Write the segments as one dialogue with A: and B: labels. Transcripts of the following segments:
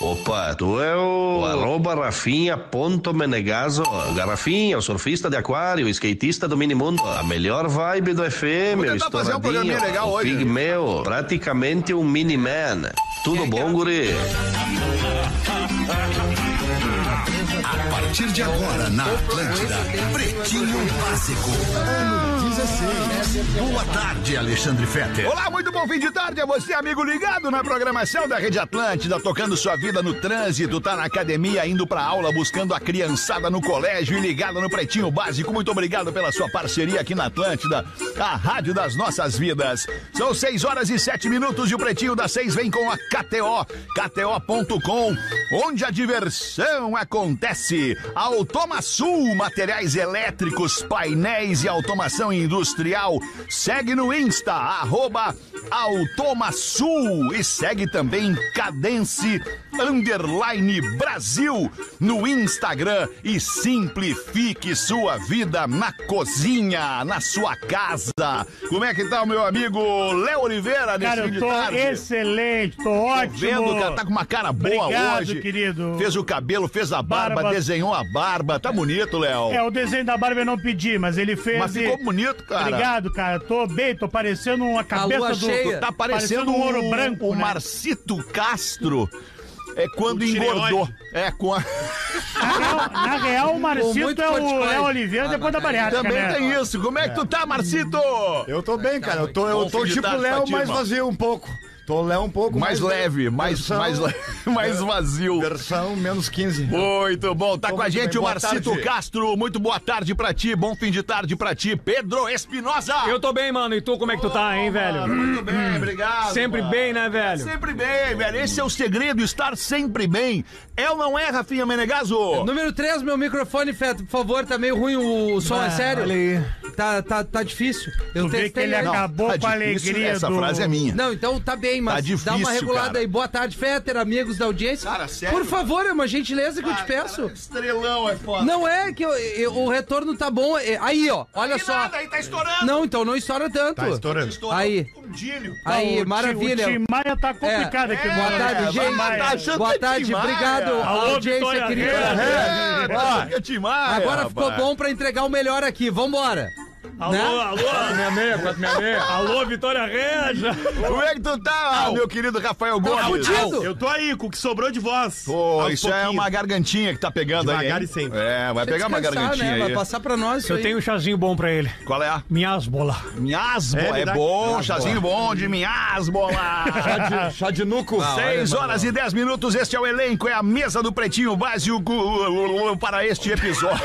A: Opa, tu é o, o arroba Rafinha ponto Menegazo. Garrafinha, o surfista de aquário, o skatista do minimundo. A melhor vibe do FM,
B: Vou tentar fazer um programinha legal
A: o
B: hoje.
A: pigmeu, praticamente um miniman. Tudo bom, guri?
C: A partir de agora, na Atlântida, Pretinho Básico, ano 16. Boa tarde, Alexandre Fetter.
B: Olá, muito bom fim de tarde a você, amigo ligado na programação da Rede Atlântida, tocando sua vida no trânsito, tá na academia, indo pra aula, buscando a criançada no colégio e ligada no Pretinho Básico. Muito obrigado pela sua parceria aqui na Atlântida, a rádio das nossas vidas. São seis horas e sete minutos e o Pretinho das seis vem com a KTO, kto.com, onde a diversão acontece. Automa Sul, materiais elétricos, painéis e automação industrial. Segue no Insta, arroba AutomaSul. E segue também Cadence Underline Brasil no Instagram e simplifique sua vida na cozinha, na sua casa. Como é que tá o meu amigo Léo Oliveira nesse
D: Cara,
B: fim de
D: eu tô
B: tarde?
D: excelente, tô
B: Tô
D: ótimo.
B: vendo, cara, tá com uma cara boa
D: Obrigado,
B: hoje.
D: querido.
B: Fez o cabelo, fez a barba,
D: Barba.
B: desenhou a barba. Tá bonito, Léo.
D: É, o desenho da Barbie eu não pedi, mas ele fez.
B: Mas
D: e-
B: ficou bonito, cara.
D: Obrigado, cara. Tô bem, tô parecendo uma cabeça
E: lua
D: do.
E: cheia.
B: Tá parecendo
D: Parecendo um ouro
B: o-
D: branco,
B: O
D: né?
B: Marcito Castro é quando
F: O tireoide.
B: engordou. É, com a...
D: Na real, na real, o
E: muito
D: Marcito é o
E: corticoide.
D: Léo Oliveira
E: Ah,
D: depois da
E: mas aí
D: bariátrica,
B: Também
D: né?
B: tem isso. Como é que tu tá, Marcito?
F: Eu tô bem, cara. Eu tô,
B: Bom
F: eu
B: fim
F: tô
B: de
F: tipo
B: tarde pra
F: Léo,
B: ti,
F: mais
B: irmão.
F: vazio um pouco. Tô Léo um pouco
B: Mais leve, mais,
F: versão-
B: mais, leve, mais vazio.
F: Versão menos 15.
B: Muito bom. Tá
F: Tô
B: com a
F: muito
B: gente
F: bem.
B: o
F: Boa
B: Marcito
F: tarde.
B: Castro. Muito boa tarde pra ti. Bom fim de tarde pra ti. Pedro Espinosa.
G: Eu tô bem, mano. E tu, como é que tu tá, hein, velho?
B: Muito bem, obrigado.
G: Sempre
B: mano.
G: bem, né, velho?
B: Sempre bem, velho. Esse é o segredo, estar sempre bem. É ou não é, Rafinha Menegaso?
E: Número 3, meu microfone, Feto, por favor, tá meio ruim o som, é sério? Tá, tá, tá difícil. Eu
D: Ah, Tu vê que ele é
E: ele.
D: acabou
B: tá
D: com a
B: difícil,
D: alegria
B: Essa
D: do...
B: frase é minha.
E: Não, então tá bem, mas
B: Tá difícil,
E: dá uma regulada
B: cara.
E: aí. Boa tarde, Fetter, amigos da audiência.
B: Cara, sério,
E: Por favor, é uma gentileza que eu te peço.
B: Estrelão é foda.
E: Não é que eu- eu- o retorno tá bom. é- Aí, ó, olha só.
B: aí tá estourando.
E: Não, então não estoura tanto.
F: Tá estourando.
E: Aí,
B: Um dílio.
E: aí,
D: O Ti-
E: maravilha. É.
D: O Tim Maia tá complicado aqui.
E: Boa
D: mano.
E: tarde,
B: vai
E: gente.
B: matar a janta
E: Boa
B: de
E: tarde,
B: Tim Maia.
E: obrigado.
D: Alô,
E: audiência
D: Vitória
E: querida.
D: Reis.
B: É, tá, fica demais,
E: Agora
B: rapaz.
E: ficou bom pra entregar o melhor aqui. Vambora.
G: Alô,
E: Né?
G: alô. 466, 466. Alô, Vitória Regia.
B: Como é que tu tá, meu querido Rafael
E: Tá
B: Gomes?
E: fudido.
F: Eu tô aí, com o que sobrou de voz.
B: Pô,
F: Aos
B: isso é
F: pouquinhos.
B: uma gargantinha que tá pegando aí.
F: Devagar
B: hein?
F: e sempre.
B: É, vai pegar uma
E: Descansar,
B: gargantinha
E: né? Vai
B: aí.
E: passar pra nós. isso
G: Eu
E: aí.
G: tenho um chazinho bom pra ele.
B: Qual é a?
G: Miasbola.
B: Miasbo,
F: É
B: é,
F: verdade.
B: bom, chazinho bom de miasbola.
F: Chá de nuco.
B: Seis horas e dez minutos, este é o elenco, é a mesa do Pretinho Básico para este episódio.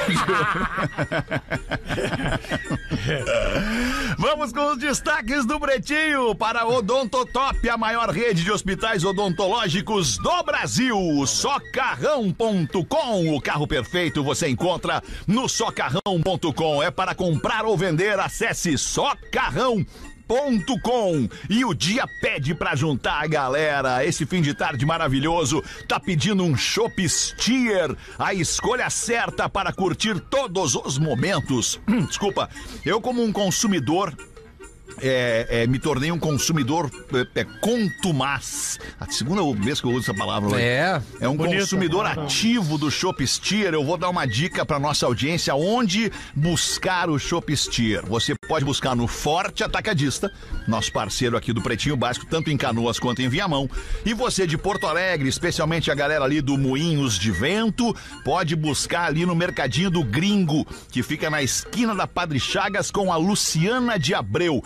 B: Vamos com os destaques do Pretinho para Odontotop, a maior rede de hospitais odontológicos do Brasil. Socarrão.com. O carro perfeito você encontra no socarrão.com. É para comprar ou vender, acesse socarrão.com. E o dia pede pra juntar a galera. Esse fim de tarde maravilhoso tá pedindo um chopp steer, a escolha certa para curtir todos os momentos. Hum, Desculpa, eu como um consumidor é, é, me tornei um consumidor é, é, contumaz. A segunda vez que eu uso essa palavra. hoje.
E: É.
B: É um consumidor ativo do Shop Steer. Eu vou dar uma dica para nossa audiência onde buscar o Shop Steer. Você pode buscar no Forte Atacadista, nosso parceiro aqui do Pretinho Básico, tanto em Canoas quanto em Viamão. E você de Porto Alegre, especialmente a galera ali do Moinhos de Vento, pode buscar ali no Mercadinho do Gringo, que fica na esquina da Padre Chagas com a Luciana de Abreu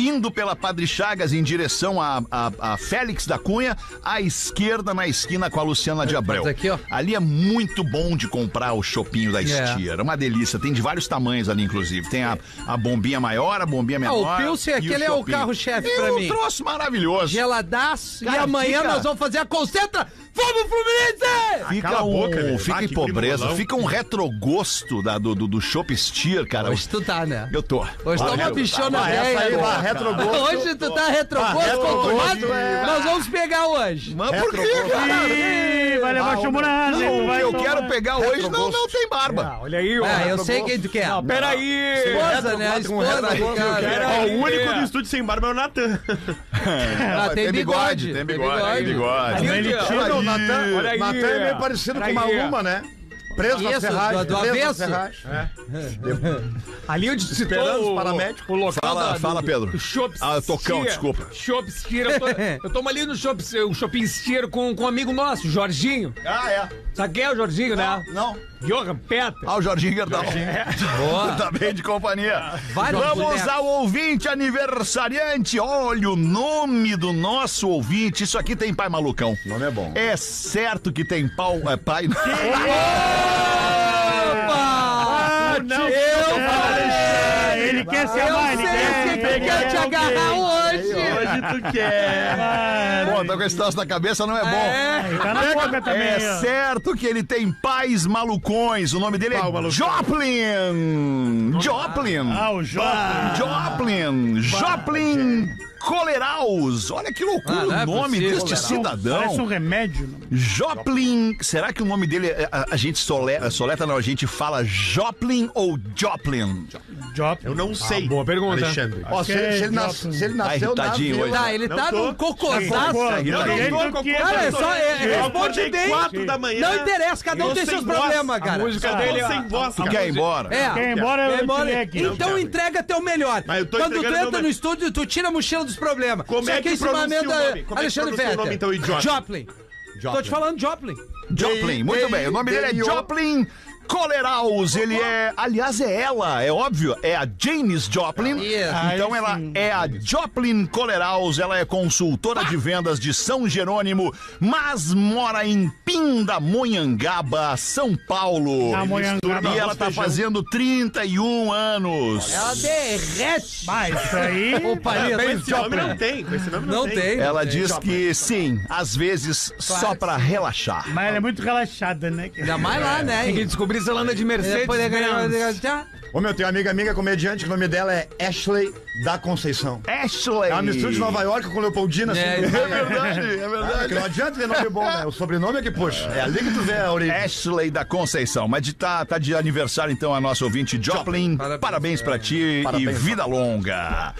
B: indo pela Padre Chagas em direção a, a- a Félix da Cunha, à esquerda na esquina com a Luciana de Abreu.
E: mas tá aqui, ó.
B: Ali é muito bom de comprar o chopinho da Estia. É uma delícia. Tem de vários tamanhos ali, inclusive. Tem a, a bombinha maior, a bombinha
E: Ah, o
B: menor.
E: Pilsen,
B: e
E: aquele é o
B: chopinho.
E: carro-chefe
B: E
E: pra
B: um
E: mim.
B: troço maravilhoso.
E: Geladaço. e é
B: Cara,
E: amanhã
B: fica-
E: nós vamos fazer a concentra. Vamos, Fluminense!
B: Fica,
F: cala a
B: um,
F: boca, velho.
B: fica
F: Ah, que
B: empobreza,
F: gribolão.
B: fica um retrogosto da, do, do, do Chopp Steer, cara.
E: Hoje tu tá, né?
B: Eu tô.
E: Hoje tá
B: Olha,
E: uma
B: eu-
E: bichona
F: Ah, essa aí,
E: velha.
F: lá,
E: né?
F: retrogosto.
E: Hoje tu tá retroposto,
F: retrogosto,
E: contumaz.
F: é.
E: Nós vamos pegar hoje.
B: Mas por que,
F: Retrogosto.
B: cara?
D: Ih, vai levar
F: Ah,
D: chumbrado.
B: Não, o
D: vai
B: que eu
D: tomar.
B: quero pegar hoje não, não tem barba.
G: Ah, olha aí, ó.
E: Ah, eu sei quem tu quer.
G: Não, peraí.
E: esposa, né? A esposa do cara.
G: quero-
F: Ó, o único do estúdio sem barba é o Natan.
E: Ah, tem bigode.
B: Tem bigode, tem bigode.
G: Olha
F: Ele
G: aqui, ó.
F: tira o Natan.
G: Olha aí,
F: Natan é meio
G: ó.
F: parecido
G: Olha
F: com uma
G: aí, ó.
F: luma, né? Preso na
E: Isso,
F: serragem.
E: do- do
F: preso na
E: avesso.
F: serragem.
G: Ali onde
F: Esperando os paramédicos.
G: O local
B: Fala-
G: da-
B: fala,
G: do-
B: Pedro.
G: do Shops
B: Ah, Tocão,
G: Steer.
B: desculpa.
G: Shops Steer, eu, tô, eu tomo ali no Shops, o Shopping Steer com, com um amigo nosso, o Jorginho.
F: Ah, é.
G: Sabe quem é o Jorginho, né?
F: Não.
G: Johan Petter.
B: Ah, o Jorginho Gerdau. tá bem de companhia.
D: Ah,
E: Vários
B: Vamos
E: bonecos.
B: ao ouvinte aniversariante. Olha o nome do nosso ouvinte. Isso aqui tem pai malucão.
F: O nome é bom.
B: É certo que tem pau, é pai.
D: Ah, não. É, ele quer se amar, ele quer.
E: Sei que tu quer te agarrar hoje.
D: Hoje tu quer. Ah,
B: Pô, tá com esse troço na cabeça, não é bom.
E: É.
D: Tá na boca também,
B: É
D: ó.
B: certo que ele tem pais malucões. O nome dele é Joplin. Joplin.
D: Ah, o Jota.
B: Joplin. Joplin Coleraus. Olha que loucura
E: Ah, não é
B: o nome
E: possível,
B: deste
E: Coleraus.
D: Parece um
B: cidadão.
D: remédio. né?
B: Joplin. Será que o nome dele é- a, a gente soleta, soleta não, a gente fala Joplin ou Joplin?
D: Joplin.
H: Eu não sei.
G: boa pergunta.
H: Alexandre.
F: Ó, se,
D: é
F: ele- se ele nas- se
B: Tá
F: ele nasceu na
B: irritadinho
F: vila,
B: hoje.
E: Tá, ele tá num cocosaço.
D: Cocô,
B: Eu
D: do
B: não
D: jeito
H: dou
D: que-
E: Cara, é só. É,
D: Eu
E: responde bem.
H: Quatro da manhã.
E: Não interessa, cada um
H: Eu
E: tem
H: sem
E: seus
H: voz.
E: problemas,
G: A
E: cara.
G: música
H: Eu tô
G: dele é...
H: sem voz,
B: Tu
H: cara.
B: quer ir embora?
D: Quer
E: É.
D: ir embora,
E: Vai
D: eu te
E: embora.
D: leio aqui.
E: Então entrega teu melhor.
H: né, Mas eu tô
E: Quando tu
H: entregando
E: entra
H: meu
E: no
H: me-
E: estúdio, tu tira a mochila dos problemas.
H: Como
E: Só
H: é que
E: esse
H: pronuncia
E: momento
H: o nome? Como é que
E: Alexandre
H: pronuncia o
E: Vetter.
H: nome, então, idiota?
E: Joplin. Tô te falando Joplin.
B: Joplin, muito bem. O nome dele é Joplin Coleraus. Ele é, aliás, é ela, é óbvio, é a Janis Joplin.
E: Isso.
B: Então ela é a Joplin Coleraus. Ela é consultora de vendas de São Jerônimo, mas mora em Pindamonhangaba, São Paulo.
D: Amonhangaba.
B: E ela tá fazendo 31 anos.
E: Ela derrete.
D: Ah, isso aí.
E: O palito.
H: Mas esse nome não tem. com Esse nome não,
E: Não tem.
B: Ela diz que sim, às vezes só pra relaxar.
D: Mas ela é muito relaxada, né?
E: Ainda mais lá, né?
G: Tem que descobrir se ela anda de Mercedes.
E: Depois de ganhar-
G: Benz.
F: Ô, meu, tem uma amiga, amiga comediante, que o nome dela é Ashley da Conceição.
B: Ashley.
F: É uma mistura de Nova York com Leopoldina, assim.
E: É,
F: É,
E: isso aí.
B: Verdade, é verdade.
F: que não adianta ter nome bom, né? O sobrenome é que puxa. É ali que tu vê a origem.
B: Ashley da Conceição. Mas de, tá, tá de aniversário, então, a nossa ouvinte Joplin. Parabéns,
E: Parabéns,
B: pra ti e
F: Parabéns.
B: vida longa.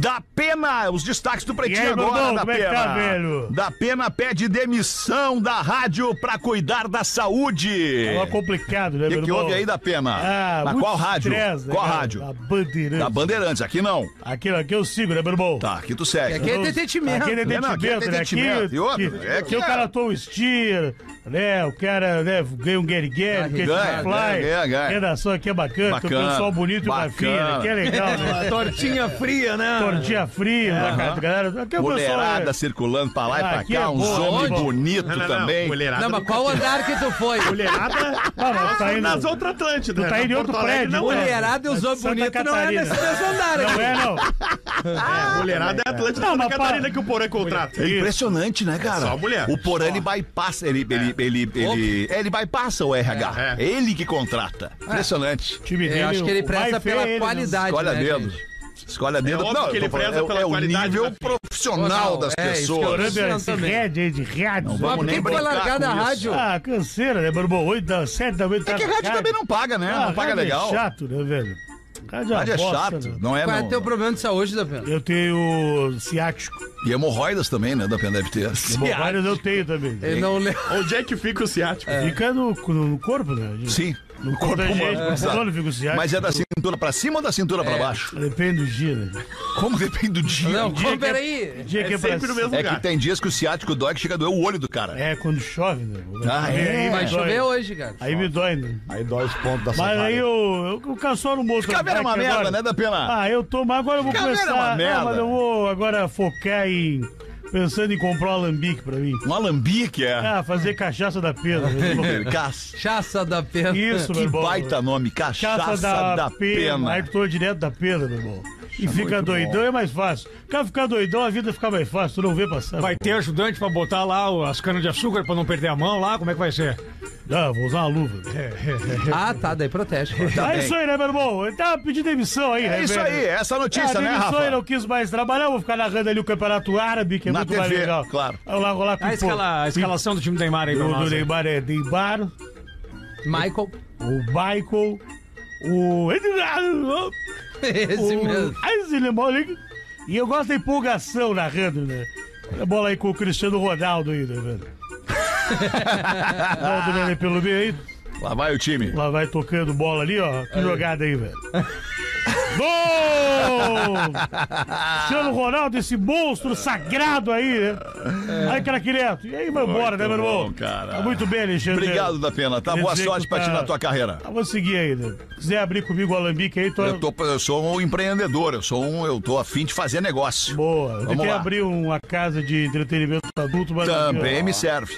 B: Da Pena, os destaques do
D: E
B: Pretinho
D: aí,
B: agora,
D: Dodô,
B: da
D: como é que
B: Pena.
D: tá, velho?
B: da Pena pede demissão da rádio pra cuidar da saúde.
D: É complicado, né,
B: O que, que
D: meu
B: houve
D: irmão?
B: aí da Pena?
D: Ah,
B: Na
D: muito
B: qual rádio?
D: estresse, né,
B: qual
D: cara?
B: rádio?
D: A Bandeirantes.
B: Da Bandeirantes, aqui não.
D: Aqui, aqui eu sigo, né, meu irmão?
B: Tá, aqui tu segue.
E: Aqui é detetimento.
D: Aqui é
B: É, não, aqui é
D: detetimento, né?
B: detetimento. E outra,
D: Aqui,
B: é
D: é
B: que
D: o
B: é.
D: cara toma o steer, né? O cara né, ganha um Gary Gary,
E: Ganha,
D: Catch
B: ganha,
D: and Fly.
B: ganha, ganha.
D: Redação aqui é bacana, tem
B: Bacana,
D: um pessoal bonito
B: bacana.
D: e bafinho, né? que é legal, né?
G: Tortinha fria, né?
D: Tortinha fria, né, cara? Galera, aqui é o pessoal. né?
B: Mulherada circulando pra lá e
D: Ah,
B: pra
D: aqui
B: cá,
D: é
B: uns
D: boa,
B: homens
D: né, bom?
B: bonitos
H: Não, não, não.
B: também.
H: Mulherada.
E: Não, mas qual andar que tu foi?
H: Mulherada
D: Ah, mas tá indo-
H: nas outras Atlântidas.
D: Tu tá indo em outro prédio,
H: Não é.
E: Mulherada e os homens
D: Santa
E: bonitos não é
D: Catarina.
E: nesse mesmo andar
D: Não
E: aqui.
D: é, não.
F: Ah.
H: Mulherada é Atlântica
D: Não,
H: Santa
D: mas
H: Catarina
D: para-
H: que o Porã contrata.
B: É impressionante, né, cara?
H: só mulher.
B: O Porã, ele bypassa, ele, ele, ele, ele, ele bypassa o RH.
H: É.
B: Ele que contrata. Impressionante.
D: O time dele,
E: Eu acho que ele
D: o
E: presta
D: mais feio é
E: pela
D: ele, né?
E: qualidade.
B: Escolha
E: né,
B: dedo.
E: gente?
B: Escolha dedo.
H: óbvio que
B: eu tô
H: ele preza
B: falando, é,
H: pela
B: é o
H: qualidade
B: nível
H: da vida.
B: profissional
E: Total,
B: das
E: é, isso que
B: pessoas.
E: eu ando-
D: Orando esse
E: também.
D: red aí de rádio.
B: Não
D: né?
E: Mas por que
B: nem
E: que foi
B: brincar
E: largada a
B: com isso.
E: rádio?
D: Ah, canseira, né, meu irmão? Oito tá da sete da noite.
B: É que a rádio também não paga, né? não paga legal.
D: É chato, né, velho? Rádio,
B: Rádio é
D: bosta,
B: chato,
D: né?
B: não é?
E: Qual é
B: não.
E: teu problema de saúde, Davi?
D: Eu tenho ciático.
B: E hemorroidas também, né? Da Pena deve ter.
D: Várias eu tenho também.
E: Ele não lembra.
H: Onde é que fica o ciático?
D: Fica no, no corpo, né?
B: Sim, no corpo
D: Muita gente,
B: humano.
D: com
B: exato.
D: sono, fica o ciático.
B: Mas é da cintura pra cima ou da cintura pra baixo?
D: Depende do dia, né?
B: Como depende do dia.
E: Não,
D: dia
E: como,
D: que é-
E: peraí.
D: Dia que é pra-
H: Sempre no mesmo
B: É que
H: lugar.
B: tem dias que o ciático dói que chega a doer o olho do cara.
D: É, quando chove, né?
B: Ah,
D: Aí
B: é?
D: me
E: Vai
D: dói.
E: chover hoje, cara.
D: Aí me dói, né?
F: Aí dói os pontos da
D: Mas aí
F: Savari.
D: eu, eu, eu caçoro um moço.
B: Caveira é uma merda, né, da Pena?
D: Ah, eu tô, mas agora eu vou
B: Caveira é
D: começar.
B: uma
D: Ah,
B: merda.
D: mas eu vou agora focar em. Pensando em comprar um alambique pra mim.
B: Um alambique, é.
D: Ah, fazer cachaça da pedra. né?
B: Caça.
E: Chaça da pena.
D: Isso, meu
B: Que
D: irmão.
B: baita nome,
D: Caça
B: cachaça
D: da,
B: da
D: pena. Aí
B: pena. É
D: tu tô direto da pena, meu irmão. E fica doidão, é mais fácil. O cara ficar doidão, a vida fica mais fácil. Tu não vê passar.
G: Vai ter ajudante pra botar lá o- as canas de açúcar pra não perder a mão lá? Como é que vai ser? É,
D: Não, vou usar uma luva.
E: Ah, tá, daí protege.
B: Tá
D: é
B: bem.
D: isso aí, né, meu irmão? Ele tava pedindo demissão aí, né,
B: É isso
D: velho?
B: aí, essa é a
D: Ah,
B: notícia, né,
D: demissão, ele
B: Rafa?
D: não quis mais trabalhar, vou ficar narrando ali o campeonato árabe, que é
B: Na
D: muito mais
B: TV,
D: legal.
B: claro.
D: Vamos lá, rolar
G: A, escala- a escalação do time do Neymar aí pra
D: do,
G: nós.
D: do
G: hein?
D: Neymar é Neymar,
E: Michael.
D: o Michael, o Edgar,
E: Esse mesmo.
D: o Azilemolic E eu gosto da empolgação narrando, né? Olha A bola aí com o Cristiano Ronaldo ainda, velho. Ronaldo né, ali pelo meio aí,
B: Lá vai o time.
D: lá vai tocando bola ali, ó. Que jogada aí, velho. Gol! Cristiano Ronaldo, esse monstro sagrado aí, né? Aí, cara direto. E aí vai embora, né, meu
B: É. bom,
D: irmão?
B: cara.
D: Tá muito bem, Alexandre.
B: Obrigado da pena, tá?
D: Quer
B: Boa
D: dizer que
B: sorte
D: tu
B: pra ti
D: tá-
B: na tua carreira.
D: Ah, vou seguir aí, né? Se quiser abrir comigo o alambique aí, tô...
B: Eu, tô, eu sou um empreendedor, eu sou um, eu tô afim de fazer negócio.
D: Boa. Eu tentei
B: lá.
D: abrir uma casa de entretenimento adulto, mas... não deu.
B: Também me serve.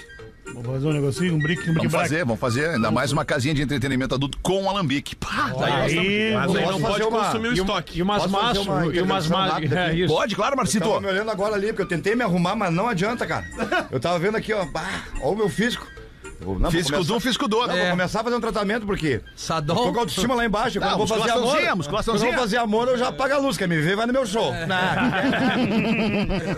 D: Vou fazer um negocinho, um brinque, um brinque
B: Vamos fazer, vamos fazer. Ainda mais uma casinha de entretenimento adulto com alambique. Pá, tá aí.
D: Aí,
H: Mas aí não
F: Posso fazer
H: pode
F: uma-
H: consumir o
F: e um-
H: estoque.
G: E umas
F: Posso fazer uma
G: máscaras. E umas
F: intervenção
G: máscaras.
F: rápida
G: É
F: aqui?
G: isso.
B: Pode, claro, Marcito.
D: Então,
F: Tava me olhando agora ali, porque eu tentei me arrumar, mas não adianta, cara. Eu tava vendo aqui, ó, bah, ó o meu físico. Eu vou- não, vou
B: Físico
F: começar-
B: do, físico do. né,
F: não,
D: É,
F: vou começar a fazer um tratamento, porque tô
E: Sadol.
F: com a autoestima lá embaixo. Quando
B: Não,
F: eu vou fazer amor,
B: musculaçãozinha,
F: quando eu
B: musculaçãozinha.
F: vou fazer amor, eu já apago a luz, quer me ver, vai no meu show.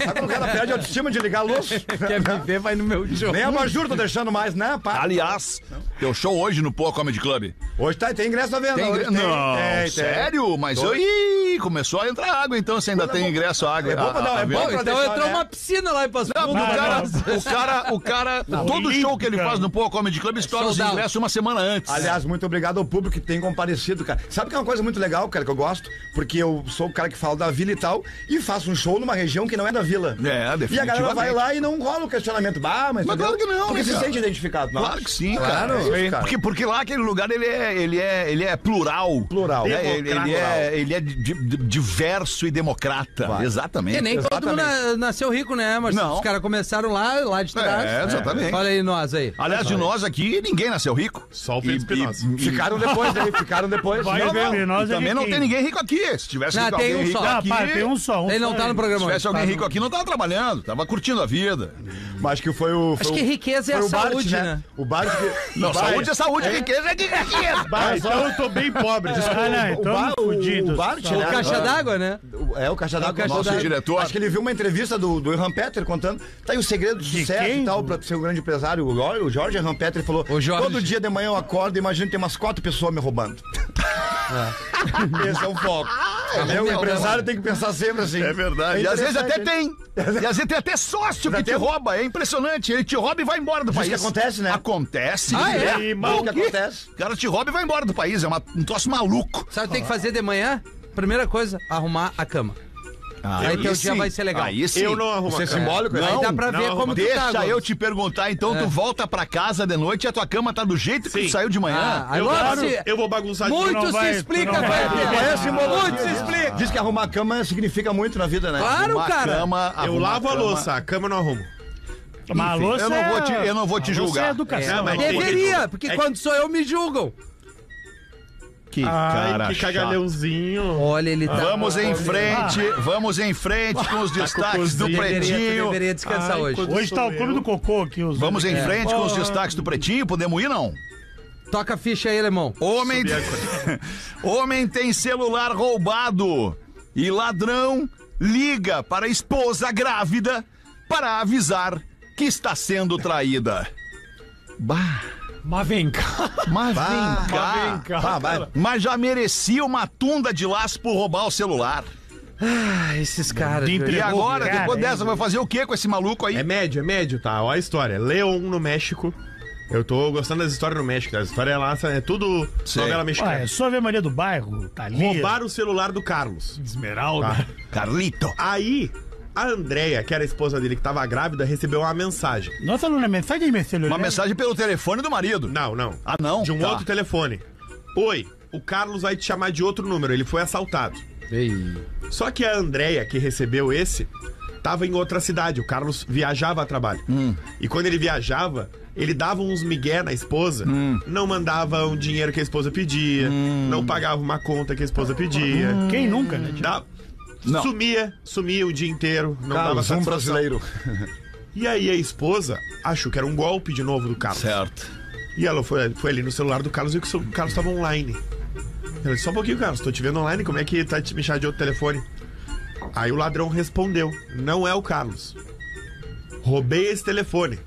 F: Sabe quando o cara perde a autoestima de ligar a luz?
E: Quer me ver, vai no meu jogo.
F: Nem a Majur tô deixando mais, né? pá?
B: Aliás, teu show hoje no Pô Comedy Club.
F: Hoje tá, tem É, ingresso à venda.
B: Tem
F: hoje
B: ingresso? Não, sério? Mas eu. Ih, começou a entrar água, então você ainda tem ingresso à água.
F: É bom pra dar-
B: à- à
F: é bom
B: venda.
E: Bom, então
F: deixar,
E: entrou
F: né?
E: uma piscina lá em Passo
B: Não,
E: Fundo.
B: porque o
D: Não,
B: cara,
D: não.
B: o cara, o cara, todo
D: Olímpica.
B: show que ele faz no Pô Comedy Club estoura os
E: Sold out.
B: ingressos uma semana antes.
F: Aliás, muito obrigado ao público que tem comparecido, cara. Sabe que é uma coisa muito legal, cara, que eu gosto? Porque eu sou o cara que fala da vila e tal, e faço um show numa região que não é da vila.
B: É, definitivamente.
F: E a galera vai lá e não rola o questionamento. Bah,
B: Mas
F: mas, entendeu?
B: claro que não,
F: Porque
B: né,
F: se
B: cara?
F: sente identificado. não
B: Claro
F: acha?
B: que sim,
F: Claro,
B: cara.
F: é isso,
B: Sim.
F: cara.
B: Porque, porque lá aquele lugar ele é, ele é, ele é plural.
F: Plural.
B: Né? Ele, ele é, ele é di- di- diverso e democrata.
F: Claro.
B: Exatamente.
E: E É, nem todo mundo na- nasceu rico, né? Mas
B: Não.
E: os caras começaram lá, lá de trás.
B: É, exatamente.
E: Olha aí nós aí.
B: Aliás, de nós aqui, ninguém nasceu rico.
H: Só o Pedro Espinosa.
F: Ficaram depois, né? Ficaram depois.
D: Vai
F: Não,
D: ver,
F: não.
D: meu.
B: E
D: Nós é
B: também não
D: riquinho.
B: tem ninguém rico aqui. Se tivesse
E: Não,
B: rico,
E: tem
B: alguém
E: um
B: rico
E: só.
D: Ah,
B: aqui,
D: pá, tem um só. Um
E: Ele não
D: só
E: tá
D: aí.
E: no programa
B: se
E: hoje.
B: tivesse alguém rico aqui, não tava trabalhando, tava curtindo a vida.
F: Mas que foi o. Foi
E: Acho que
F: o-
E: riqueza é
F: foi
E: a
F: o Bart,
E: saúde,
F: né?
E: né?
F: O Bart que.
B: Não,
F: o Bart-
B: saúde é saúde, riqueza é riqueza.
D: Ah, então eu tô bem pobre. Ah, não,
F: o
D: então
F: Bar-
D: eu tô fudido.
F: o Bart,
D: Só-
F: né?
E: O caixa d'água, né?
F: O- É o Caixa d'Água.
E: É o Caixa
F: nosso
E: d'Água.
B: diretor.
F: Acho que ele viu uma entrevista do, do Irhan Petter contando. Tá aí o segredo do
D: De
F: sucesso
D: quem?
F: e tal, pra ser um grande empresário. O Jorge, o Jorge Irhan Petter ele falou:
E: O Jorge.
F: todo dia de manhã eu acordo e imagino que tem umas quatro pessoas me roubando. Esse é o foco. Entendeu? o empresário tem que pensar sempre assim.
B: É verdade. e às vezes até tem. E às vezes tem até sócio que te rouba. É impressionante. Ele te rouba e vai embora do
F: Diz
B: país.
F: que acontece, né?
B: Acontece.
E: Ah, é?
F: É, mas o que acontece?
B: O cara te rouba e vai embora do país. É uma- um troço maluco.
E: Sabe o que tem que fazer de manhã? Primeira coisa, arrumar a cama. aí teu Ah, então dia
B: sim.
E: vai ser legal.
B: Aí sim.
H: Eu não arrumo.
F: Isso é
H: a cara.
F: simbólico, né?
E: aí
B: Não,
E: dá pra ver
H: não,
E: como tu tá.
B: Deixa
E: Gomes.
B: eu te perguntar, então
E: É.
B: tu volta pra casa de noite e a tua cama tá do jeito que
H: Sim.
B: tu saiu de manhã.
E: Ah,
H: Eu,
E: agora
H: claro,
E: se-
H: eu vou bagunçar de novo.
D: não
E: Muito
D: vai-
E: se
D: tu
E: explica,
D: não
E: vai
D: vai-
E: ter.
F: Conhece simbologia
E: Muito se
F: disso?
E: explica.
F: Diz que arrumar a cama significa muito na vida, né?
E: Claro,
B: Arrumar a
E: Ah, cara.
B: cama,
H: Eu
B: arrumar
H: lavo a
B: cama.
H: louça, a cama eu não arrumo.
D: Mas a louça
B: eu não vou te-
D: é-
B: eu não vou te
D: a louça
B: julgar.
D: É
E: É,
D: educação.
H: mas tem-
E: deveria, porque quando sou eu me julgam.
B: Que cara
H: Ai, que
B: chato.
H: cagalhãozinho.
E: Olha, ele tá.
B: Vamos em frente, vamos em frente com os destaques do
H: cocôzinho.
E: deveria, tu
B: Pretinho.
E: deveria descansar
H: Ai,
E: hoje.
H: quando-
D: Hoje tá o clube do cocô aqui. Os...
B: Vamos em frente com os destaques do Pretinho, podemos ir não?
E: Toca a ficha aí, alemão.
B: Homem, homem tem celular roubado e ladrão liga para a esposa grávida para avisar que está sendo traída. Bah,
G: Mas vem cá.
B: mas vem cá.
G: Mas vem cá.
F: Ah,
H: Tá,
F: vai.
B: Mas já merecia uma tunda de laço por roubar o celular.
E: Ah, esses caras.
D: De
E: velho.
B: E
D: Entregou,
B: agora,
D: é cara,
B: depois
D: hein?
B: dessa, vai fazer o que com esse maluco aí?
H: É médio, é médio, tá? Ó a história. Leon no México. Eu tô gostando das histórias no México. As histórias lá é tudo
B: Sei.
H: novela mexicana.
D: Ué, é só ver Maria do Bairro, tá ali.
H: Roubaram o celular do Carlos.
D: Esmeralda.
H: Tá.
B: Carlito.
H: Aí, a Andrea, que era a esposa dele que tava grávida, recebeu uma mensagem.
D: Nossa, Luna, mensagem né? me celular.
B: Uma mensagem pelo telefone do marido.
H: Não, não.
B: Ah, não?
H: De um
B: Tá.
H: outro telefone. Oi, o Carlos vai te chamar de outro número. Ele foi assaltado.
E: Ei.
H: Só que a Andrea, que recebeu esse, tava em outra cidade. O Carlos viajava a trabalho. E quando ele viajava, ele dava uns migué na esposa, não mandava o dinheiro que a esposa pedia, não pagava uma conta que a esposa pedia.
D: Quem nunca, né? tio?
H: Dá-
B: Não.
H: Sumia, sumia o dia inteiro, não dava
F: Carlos, um
H: satisfação.
F: brasileiro.
H: E aí a esposa achou que era um golpe de novo do Carlos.
B: Certo.
H: E ela foi, foi ali no celular do Carlos e viu que o Carlos estava online. Ela disse, só um pouquinho, Carlos, tô te vendo online, como é que tá te me chamando de outro telefone? Aí o ladrão respondeu, não é o Carlos. Roubei esse telefone.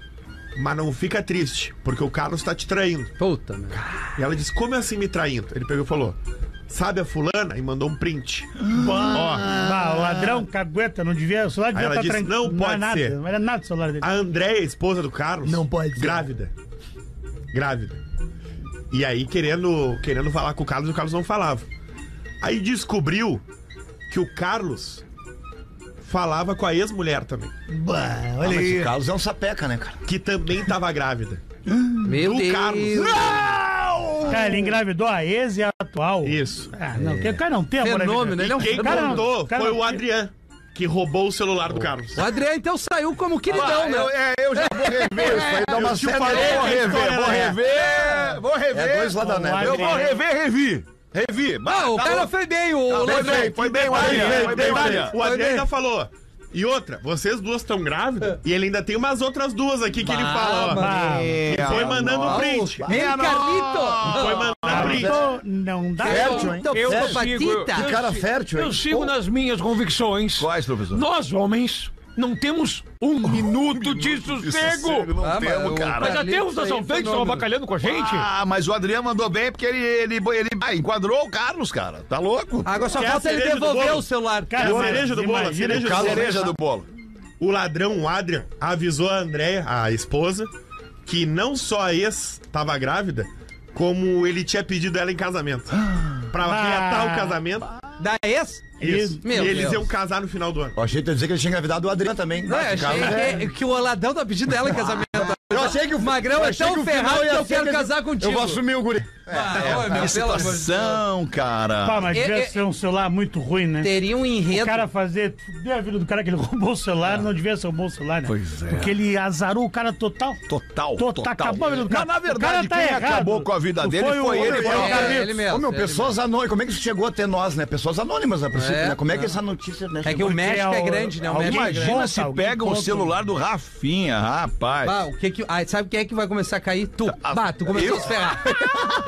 H: Mas não fica triste, porque o Carlos tá te traindo.
E: Puta, meu.
H: E ela disse, como é assim me traindo? Ele pegou e falou, Sabe a fulana? E mandou um print. Ó,
D: Ah, o ladrão, cagueta, não devia. O celular devia
H: ela
D: estar
H: disse,
D: tranquilo.
H: não
D: é
H: pode
D: nada,
H: ser.
D: não era nada o celular dele.
H: a Andréia, esposa do Carlos.
I: Não pode ser.
H: Grávida. Grávida. E aí, querendo, querendo falar com o Carlos, o Carlos não falava. Aí descobriu que o Carlos falava com a ex-mulher também.
I: Bah,
F: Ah,
I: olha
F: mas
I: aí.
F: o Carlos é um sapeca, né, cara?
H: Que também tava grávida.
E: Meu
H: Do
E: Deus.
H: Carlos.
D: Cara, ele engravidou a ex e a atual.
H: Isso.
D: Ah, não, que o cara não tem amor na vida.
E: Fenômeno, ele é um
H: Quem
D: Cara,
H: contou
D: cara,
H: foi o
D: cara-
H: Adrian, que roubou o celular do Carlos.
E: O Adriano então saiu como queridão,
F: Ah,
E: né?
F: eu, é, eu já vou rever isso aí, dá uma
H: te
F: certa...
H: falei
F: vou
H: que a
F: rever,
H: história
F: vou
H: era
F: rever, vou rever. É dois lados da neve.
D: Eu vou
F: rever, revi. Revi.
E: Ah,
B: tá
E: o cara foi bem, o
F: foi
E: ladrão.
F: bem, foi bem, o Adriano, foi bem, o
H: Detalhe,
F: Adriano.
H: o
E: Foi
H: Adriano
E: bem.
H: ainda falou. E outra, vocês duas estão grávidas e ele ainda tem umas outras duas aqui que ele
E: Bah,
H: fala, ó.
D: Ah,
H: E foi mandando print.
E: Ei,
F: Tá
H: Foi
E: Carlito!
H: mandando print.
D: então não dá.
F: Fértil, hein?
E: Então,
G: Eu
E: pô,
G: sigo, eu-
E: patita.
F: Que cara fértil, hein?
G: Eu sigo nas minhas convicções.
F: Quais, professor?
G: Nós, homens, não temos um minuto de
B: é
G: sossego.
F: Não
E: Ah, mas
F: temo,
E: o
F: cara.
G: Mas até
E: Carlito
G: os da
E: aí,
G: Solvente estão
E: fenômeno.
G: avacalhando com a gente.
B: Ah, mas o Adriano mandou bem porque ele, ele, ele ah, enquadrou o Carlos, cara. Tá louco?
E: Agora só
H: Quer a
E: falta ele
H: cereja do
E: devolver
H: bolo?
E: o celular.
D: Cara,
H: É a cereja do bolo, a
D: imagina,
H: cereja do
D: cara,
H: bolo.
B: Cereja do bolo.
H: O ladrão, o Adrian, avisou a Andréia, a esposa, que não só a ex tava grávida, como ele tinha pedido ela em casamento. Pra reatar o casamento.
E: Da ex?
H: Isso.
E: Meu
H: e eles
E: Deus.
H: iam casar no final do ano.
F: Eu achei que tu ia dizer que ele tinha engravidado o Adriano também. né,
E: Não, eu achei que, que o Aladão tá pedindo ela em casamento.
F: Eu achei que o
E: Magrão
F: eu
E: é
F: achei
E: tão
F: que o
E: ferrado
F: final ia
E: que eu
F: ser
E: quero
F: ele-
E: casar contigo.
F: Eu vou assumir o guri.
E: Ah,
F: É,
E: olha, meu, pelo amor de Deus.
B: Situação,
D: Pá,
B: cara.
D: mas
E: É,
D: deve
E: é,
D: ser um celular muito ruim, né?
E: Teria um
D: O
E: enredo.
D: cara fazer. Deu a vida do cara que ele roubou o celular, não devia ser roubou o celular, né?
B: É. Pois é.
D: Porque ele azarou o cara total.
B: Total,
D: Total,
B: total.
D: acabou a vida do cara.
B: Na, na
D: O cara
B: verdade,
D: tá
B: quem
D: errado.
B: acabou com a vida
D: Não
B: dele
D: foi
B: foi,
D: o
B: ele.
D: Rodrigo,
B: Foi o
D: é,
B: Carlito.
E: ele mesmo.
F: Ô, meu,
E: é,
F: pessoas anônimas. Como é que isso chegou até nós, né? Pessoas anônimas, né? princípio,
E: É,
F: né? Como é que
E: é.
F: essa notícia, né?
E: É que
F: chegou?
E: o México é
D: o-
E: grande, né? O
D: alguém
E: México é grande.
D: volta,
B: Imagina se
D: alguém
B: pega um
D: conta.
B: celular do Rafinha, rapaz.
E: Bah, o que que, ah, sabe quem é que vai começar a cair? Tu.
F: Ah,
E: Bah, tu começou a se ferrar.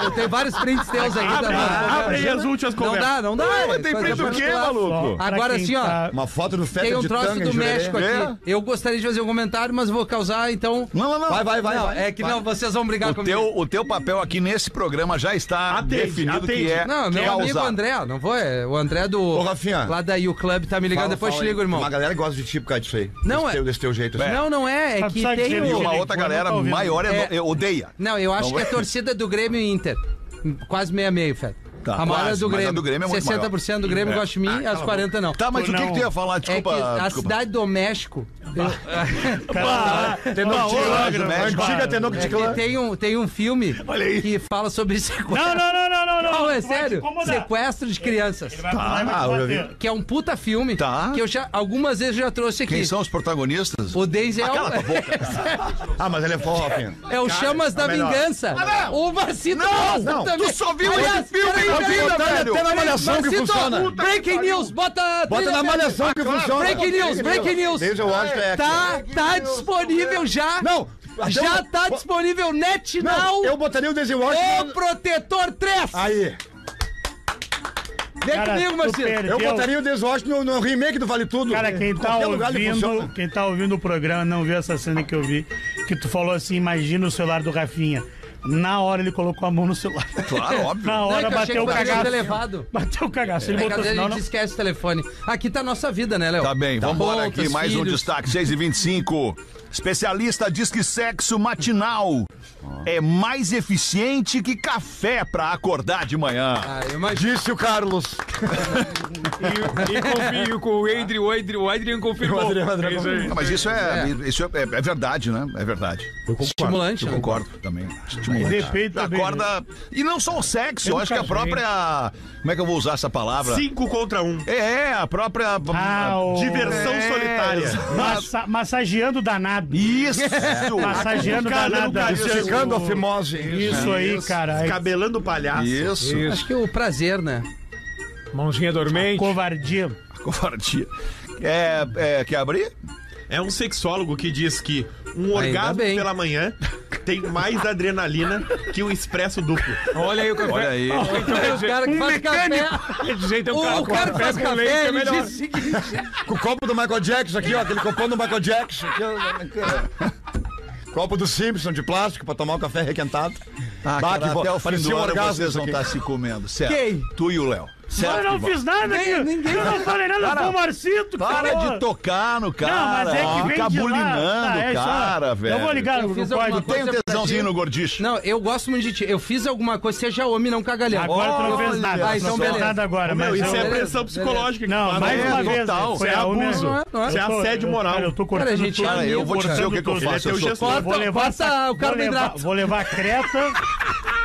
E: Eu tenho vários prints teus ainda.
H: Abre,
E: mas-
H: abre aí as últimas
E: Não
H: conversas.
E: dá, não dá. é,
B: mas tem
E: Coisa
B: print do quê,
E: particular.
B: tá maluco?
D: pra
E: Agora
D: quem
E: assim, ó.
D: tá-
F: Uma foto do Feta
E: Tem um
F: de
E: troço
F: tanga
E: do
F: em É. Juverê.
E: México aqui. Eu gostaria de fazer um comentário, mas vou causar, então.
B: Não, não, não.
F: Vai, vai, vai.
E: não,
F: vai.
E: é que não, vocês vão brigar
B: O
E: comigo.
B: teu, o teu papel aqui nesse programa já está
H: Atende,
B: definido
H: atende.
B: que é
E: Não, meu
B: causar.
E: amigo André, ó, não vou, é o André do.
F: Ô, Rafinha.
E: Lá da U Club tá me ligando,
F: Fala,
E: depois
F: fala
E: te
F: aí.
E: ligo, irmão.
F: Uma galera gosta de ti por causa disso aí.
E: Não,
F: desse
E: é-
F: Teu, desse teu jeito. assim.
E: Não, não é, é
D: Sabe-
E: que
D: sabe
E: tem
D: dizer
B: E
D: isso,
E: o.
D: né?
B: uma outra
D: Ele
B: galera
D: não tá ouvindo.
B: maior é,
E: É.
B: é- odeia.
E: Não, eu acho que a torcida do Grêmio e Inter. Quase meia-meia, Fed.
B: Tá,
E: a maioria
B: quase,
E: do
B: mas a
E: Grêmio.
B: do Grêmio é muito
E: 60% do Grêmio gosta de mim, as 40% não.
B: Tá, mas
D: Tu
B: o que,
D: não-
B: que tu ia falar? Desculpa.
E: é que a
B: desculpa.
E: cidade do México.
D: Bah, bah,
B: de
D: ô,
B: clã,
D: Rodrigo,
B: né?
D: bah.
F: Antiga Tenoco de
E: É
F: Clã.
E: que tem um, tem um filme que fala sobre sequestro.
D: Não, não, não, não, não, não.
E: Não, é
D: tu vai te
E: sério.
D: incomodar.
E: Sequestro de crianças.
D: Ele vai falar e vai te
F: Ah, eu
D: bater.
E: Que é um puta filme
B: Tá.
E: que eu já algumas vezes eu já trouxe aqui.
B: Quem são os protagonistas?
E: O Denzel
F: Ah, mas ele é forró, Rafinha.
E: é o Chamas da Vingança. O Marcito gosta
B: não,
E: também.
B: tu só viu esse filme
E: peraí,
B: na
E: peraí,
B: vida,
E: peraí,
B: velho.
E: peraí,
F: Até na Malhação que
E: Marcito,
F: funciona.
E: Breaking news, bota a
F: Bota
E: trilha,
F: na malhação que
E: cara.
F: funciona.
E: Breaking news, breaking news.
F: Desde o Washington é
E: Tá,
F: aqui.
E: tá disponível já.
F: Não, até
E: já
F: eu-
E: tá
F: Bo-
E: disponível NetNow.
F: Não, eu botaria o Desde
E: O
F: Washington.
E: Protetor 3.
F: Aí.
E: Vem
D: Cara,
E: comigo,
D: tu
E: Marcito.
D: perdeu.
F: Eu botaria o Desde Washington no, no remake do Vale Tudo.
D: é Cara, quem
F: Em
D: tá,
F: qualquer lugar ele
D: ouvindo,
F: funciona.
D: quem tá ouvindo o programa não viu essa cena que eu vi, que tu falou assim, imagina o celular do Rafinha. Na hora ele colocou a mão no celular.
B: Claro, óbvio.
D: Na
E: Não, é
D: hora
E: que eu achei
D: bateu o
E: que o bagulho
D: cagaço.
E: era elevado.
D: Bateu o cagaço. Ele
E: É que
D: botou
E: às vezes
D: sinal,
E: a gente
D: não.
E: esquece o telefone. Aqui tá a nossa vida, né, Léo?
B: Tá bem, vamos embora
E: Contas,
B: aqui. Mais um
E: filhos.
B: destaque, 6 e 25 Especialista diz que sexo matinal é mais eficiente que café pra acordar de manhã.
E: Ah, eu imagino.
F: Disse o Carlos.
G: E, e confio com Tipo, o Adrian, o Adrian, o Adrian confirmou.
F: O Adrian, o Adrian
G: É isso aí.
B: Ah, mas isso, é, isso é, é verdade, né? É verdade.
E: Estimulante,
B: Eu
E: né?
B: concordo também. Estimulante.
D: Depende também,
B: Acorda. E não só o sexo, eu acho que a
D: nunca
B: própria. Como é que eu vou usar essa palavra?
H: Cinco contra um.
B: É, a própria.
D: Ah, o...
H: Diversão
B: É.
H: solitária.
D: Massa- massageando o danado.
B: Isso!
H: É.
D: Massageando o
H: Cara,
D: danado.
H: nunca vi
D: Isso-
H: isso.
F: Chegando a fimose.
D: Isso aí, cara. aí-
H: Cabelando o palhaço.
B: Isso.
E: Acho que é o prazer, né?
G: Mãozinha dormente.
D: Covardia.
B: Covardia. É, é, quer abrir?
H: É um sexólogo que diz que um
E: Ainda
H: orgasmo
E: bem.
H: pela manhã tem mais adrenalina que um expresso duplo.
G: Olha aí o café.
B: Olha aí.
E: O cara que faz café.
G: Quer dizer,
D: um
G: então,
E: O,
G: Um cara,
E: o cara que faz
G: com leite
E: café,
G: é
E: ele
G: melhor.
E: diz assim, o seguinte.
F: Com o copo do Michael Jackson aqui, ó. Aquele copão do Michael Jackson. aqui, ó. Copo do Simpson de plástico pra tomar o café requentado.
B: Ah,
F: Bah,
B: cara,
F: que vo-
B: até o fim
F: parecia
B: do
F: um
B: ano
F: orgasmo
B: vocês
F: isso
B: vão
F: aqui.
B: estar se comendo. Certo.
E: Quem?
B: Tu e o Léo. Certo
D: Eu
B: que
D: não
B: vão.
D: fiz nada aqui.
E: ninguém-
D: Eu não falei nada,
B: Cara,
D: foi o Marcito.
B: Para
D: cara.
B: de tocar no cara.
D: Não, mas é que vem
B: Fica
D: de lá.
B: bulinando
D: Tá, é
B: o
D: isso aí.
B: cara, velho.
D: Eu vou ligar
E: Eu
D: no
E: fiz
D: código.
E: alguma
B: Tem um
E: Coisa pra
B: tesãozinho
E: ti.
B: no gordicho.
E: Não, eu gosto muito de ti. Eu fiz alguma coisa, seja homem, não cagalhão.
D: Agora tu não
E: Olha,
D: fez nada.
E: Ah,
D: tu não
E: então
D: fez
E: beleza.
D: nada agora,
E: Ô,
D: mas
E: meu,
H: Não,
D: eu-
H: isso é
E: beleza,
H: pressão
E: beleza.
H: psicológica. que
D: Não,
H: faz,
D: mais
H: né?
D: uma vez.
H: Total.
D: né?
H: Isso é
D: Será o
H: abuso.
D: mesmo.
E: Não é?
H: Isso é
D: Eu tô-
H: assédio moral.
D: Cara, eu tô
E: Cara, a
D: cortando
E: gente
D: tudo.
E: é
B: Cara, eu vou te
D: Cortando
B: dizer o que, que eu
D: tudo. né?
B: faço. Eu
H: Ele é teu
B: sou
H: gestor.
D: Eu vou
E: Corta-
D: levar
E: corta
D: essa-
E: o carboidrato.
D: Vou levar, vou levar a Creta.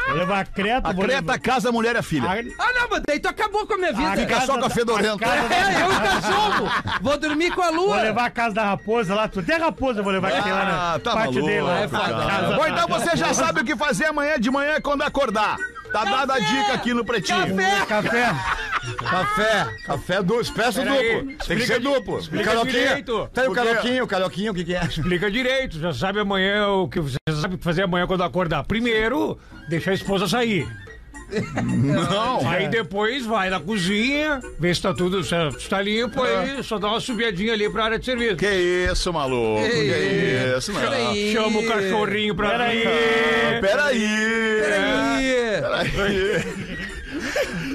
D: vou levar a Creta.
B: A
D: vou
B: Creta,
D: levar-
B: casa, a mulher e a filha.
D: a-
E: Ah, não, mas daí tu acabou com a minha vida.
D: a
B: Fica
D: casa
B: só com a
D: da-
B: fedorenta.
D: casa da-
E: É, eu e o cachorro. Vou dormir com a lua.
D: Vou levar a casa da raposa lá, tu tem a raposa, eu vou levar aquele lá na
B: Ah, tá
D: pátio
B: maluco.
D: dele lá.
B: É
E: foda.
D: Casa-
B: Bom, então você já sabe o que fazer amanhã de manhã quando acordar. Tá dada a dica aqui no Pretinho.
E: Café.
D: Café.
F: Café, café duplo, espécie
G: Pera aí,
F: duplo. Tem que ser
G: explica-
F: duplo.
G: explica
F: Caroquinho.
G: direito.
F: Tem o
G: Porque-
F: caroquinho, o caroquinho, o que que é?
G: Explica direito, já sabe amanhã o que você sabe o que fazer amanhã quando acordar. Primeiro, deixa a esposa sair.
B: Não.
D: É.
G: Aí depois vai na cozinha, vê se tá tudo certo, se tá limpo,
B: É.
G: aí só dá uma subidinha ali pra área de serviço.
B: Que isso, maluco. Que, isso, não. Peraí.
E: Peraí.
G: Chama o cachorrinho pra
D: Peraí.
G: vir.
B: Peraí.
E: Peraí.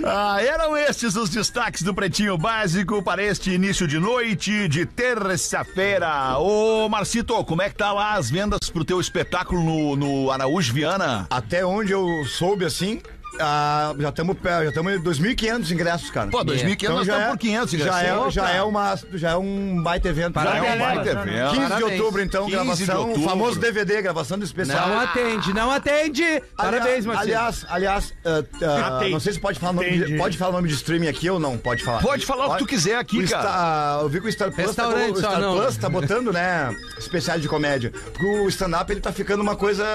B: Ah, eram estes os destaques do Pretinho Básico para este início de noite de terça-feira. Ô, Marcito, como é que tá lá as vendas pro teu espetáculo no, no Araújo Viana?
F: Até onde eu soube assim, ah, já estamos já estamos em 2.500 ingressos, cara.
B: Pô, 2.500 nós estamos por 500,
F: Então já é,
B: ingressos.
F: já é uma já é um baita evento.
B: Já
E: Parabéns.
B: é um baita
D: Parabéns.
B: evento.
F: 15 de
E: Parabéns.
F: outubro então,
B: 15 de
F: gravação,
B: outubro.
F: o famoso DVD, gravação do especial.
E: Não atende, não atende. Parabéns, Marcelo.
F: Aliás, aliás, ah, ah,
H: Atende.
F: não sei se pode falar o nome de,
D: Entendi.
F: pode falar o nome de streaming aqui ou não, pode falar.
B: Pode falar o que tu quiser aqui,
F: O Star-
B: cara.
F: eu vi que o Star Plus, tá,
E: Restaurante
F: o
E: só,
F: Star
E: não.
F: Plus tá botando, né, especial de comédia. Porque o stand-up, ele tá ficando uma coisa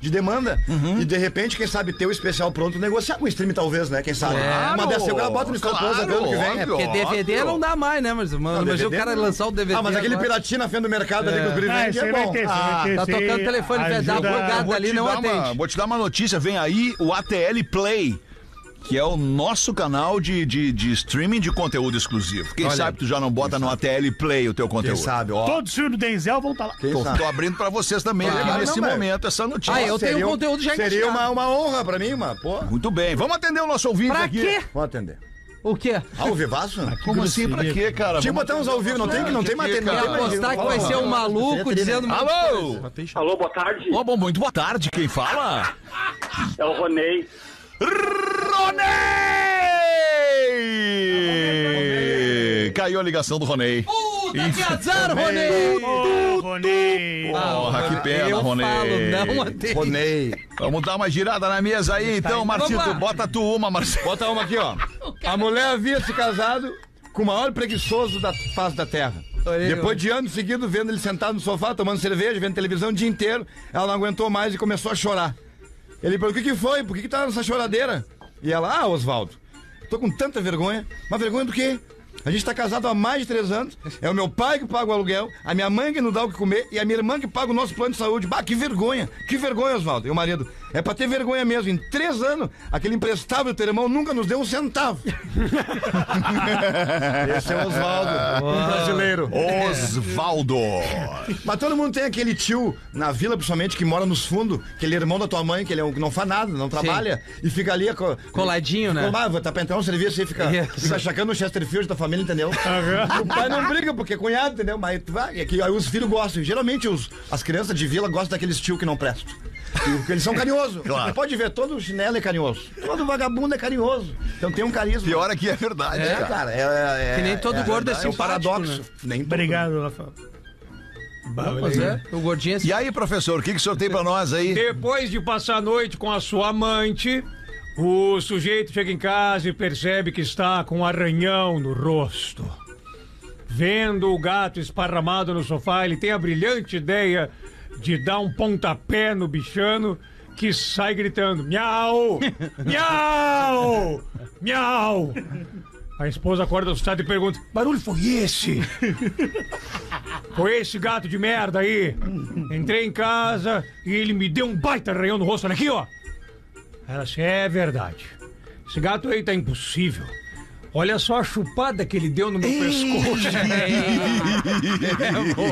F: de demanda.
B: Uhum.
F: E, de repente, quem sabe ter o especial pronto, negociar com o stream, talvez, né? Quem sabe.
B: Claro,
F: uma dessa, eu bota no Star Plus
B: claro,
F: até ano que vem.
B: óbvio.
E: É, porque DVD não dá mais, né, Marcelo?
F: Ah,
E: Mano, imagina o
F: DVD
E: cara
F: não.
E: lançar o DVD.
F: Ah, mas aquele
E: agora.
F: piratinho na frente do mercado ali que o Guri
D: Ah,
F: vende
D: esse
F: é
D: aí vai
F: bom.
D: ter, esse aí
F: Ah,
D: vai ter.
E: tá
D: esse
E: tocando
D: aí
E: telefone, velho, dá uma
D: ajuda-
E: bugada.
B: Vou
E: ali
B: te
E: não
B: dar uma-
E: atende.
B: vou te dar uma notícia, vem aí o ATL Play. Que é o nosso canal de, de, de streaming de conteúdo exclusivo. Quem sabe tu já não bota no ATL Play o teu
F: Quem
B: conteúdo.
F: sabe, ó.
D: Todos os filhos do Denzel vão estar lá.
F: Quem
B: Tô,
F: sabe.
B: tô abrindo pra vocês também
E: Claro,
B: aqui nesse
F: não, velho.
B: momento essa notícia.
E: Ah, eu tenho
F: Seria um-
E: conteúdo já
F: Seria
E: encaixado.
F: uma, uma honra pra mim, mas, pô.
B: Muito bem, vamos atender o nosso ouvinte
E: Pra
B: aqui.
E: quê?
F: Vou atender.
E: O quê?
F: Ao vivaço?
B: Como assim, pra quê, cara?
F: Tinha que botar uns ao vivo, não tem, não tem matéria.
E: Quer apostar que vai ser um maluco dizendo...
B: Alô!
I: Alô, boa tarde.
B: Ó, bom, muito boa tarde, quem fala?
I: É o Ronei.
B: Ronei! Caiu a ligação do Ronei.
E: Puta que azar, Rony!
D: Ô, Rony.
B: Porra, que pena,
E: Eu
B: Ronei.
E: falo, não atende.
F: Ronei.
B: Vamos dar uma girada na mesa
F: Tá,
B: aí, então, Marcito.
E: Vamos lá.
B: Bota tu uma, Marcito.
F: Bota tá, uma aqui, ó. A mulher havia se casado com o maior preguiçoso da face da terra.
E: Olha aí, ó.
F: Depois de anos seguidos, vendo ele sentado no sofá, tomando cerveja, vendo televisão o dia inteiro, ela não aguentou mais e começou a chorar. Ele perguntou: o que, que foi? Por que, que tá nessa choradeira? E ela: ah, Oswaldo, tô com tanta vergonha. Mas vergonha do quê? A gente tá casado há mais de três anos. É o meu pai que paga o aluguel, a minha mãe que não dá o que comer e a minha irmã que paga o nosso plano de saúde. Bah, que vergonha! Que vergonha, Oswaldo. E o marido. É pra ter vergonha mesmo. Em três anos, aquele imprestável teu irmão nunca nos deu um centavo. Esse é o Oswaldo, um brasileiro.
B: Osvaldo.
F: Mas todo mundo tem aquele tio na vila, principalmente, que mora nos fundos, que ele é irmão da tua mãe, que ele é um que não faz nada, não trabalha, e fica ali. Co...
E: Coladinho, né?
F: Ah, tá pra entrar no serviço e fica,
E: Yes.
F: fica chacando o Chesterfield da família, entendeu? E o pai não briga, porque é cunhado, entendeu? Mas tu vai, é que aí os filhos gostam. Geralmente os, as crianças de vila gostam daqueles tio que não prestam. E Porque eles são carinhosos.
B: Claro.
F: Tu Pode ver, todo chinelo é carinhoso. Todo vagabundo é carinhoso. Então tem um carisma.
B: Pior é que é verdade,
F: É,
B: cara.
F: cara. É, é-
E: Que nem todo
F: é a
E: gordo é
F: verdade, É um
E: simpático,
F: paradoxo. Nem todo.
D: Obrigado, Rafael.
E: Pois é, o gordinho é assim.
B: E aí, professor, o que, que o senhor tem pra nós aí?
G: Depois de passar a noite com a sua amante, o sujeito chega em casa e percebe que está com um arranhão no rosto. Vendo o gato esparramado no sofá, ele tem a brilhante ideia de dar um pontapé no bichano que sai gritando: miau! Miau! Miau! A esposa acorda assustada e pergunta: barulho foi esse? Foi esse gato de merda aí. Entrei em casa e ele me deu um baita arranhão no rosto. Olha aqui, ó. Ela disse, é verdade. Esse gato aí tá impossível. Olha só a chupada que ele deu no meu pescoço.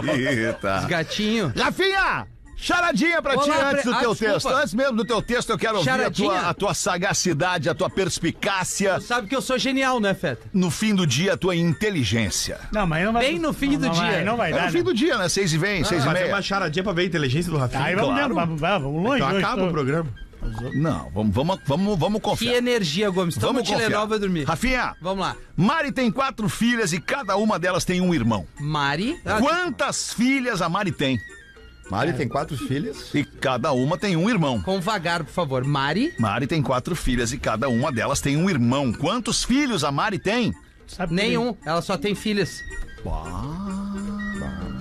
B: Eita.
E: Gatinho.
B: Rafinha! Charadinha pra ti
E: Olá,
B: antes do
E: pre-
B: teu
E: ah, desculpa.
B: texto. Antes mesmo do teu texto, eu quero ouvir a
E: Charadinha?
B: tua, a tua sagacidade, a tua perspicácia,
E: Sabe que eu sou genial, né, Feta?
B: no fim do dia, a tua inteligência.
D: Não, mas aí não vai.
E: Bem no fim
D: não,
E: do
D: não vai-
E: dia.
D: não vai
B: É
D: dar.
B: no fim
D: né?
B: do dia, né? Seis e vem, seis e
H: Fazer
B: meia.
H: uma charadinha pra ver a inteligência do Rafinha.
D: Aí vamos
B: Claro.
D: dentro, vamos, vamos longe.
H: Então
D: hoje,
H: acaba
D: tô-
H: o programa.
B: Não, vamos, vamos, vamos, vamos
E: Que
B: confiar.
E: energia, Gomes. Toma um
B: Vamos
E: Tilenol,
B: confiar.
E: vai dormir.
B: Rafinha,
E: Vamos lá.
B: Mari tem quatro filhas e cada uma delas tem um irmão.
E: Mari. Ah,
B: Quantas filhas a Mari tem?
F: Mari tem quatro filhas.
B: E cada uma tem um irmão.
E: Com vagar, por favor. Mari.
B: Mari tem quatro filhas e cada uma delas tem um irmão. Quantos filhos a Mari tem?
D: Sabe tudo.
E: Nenhum, ela só tem filhas.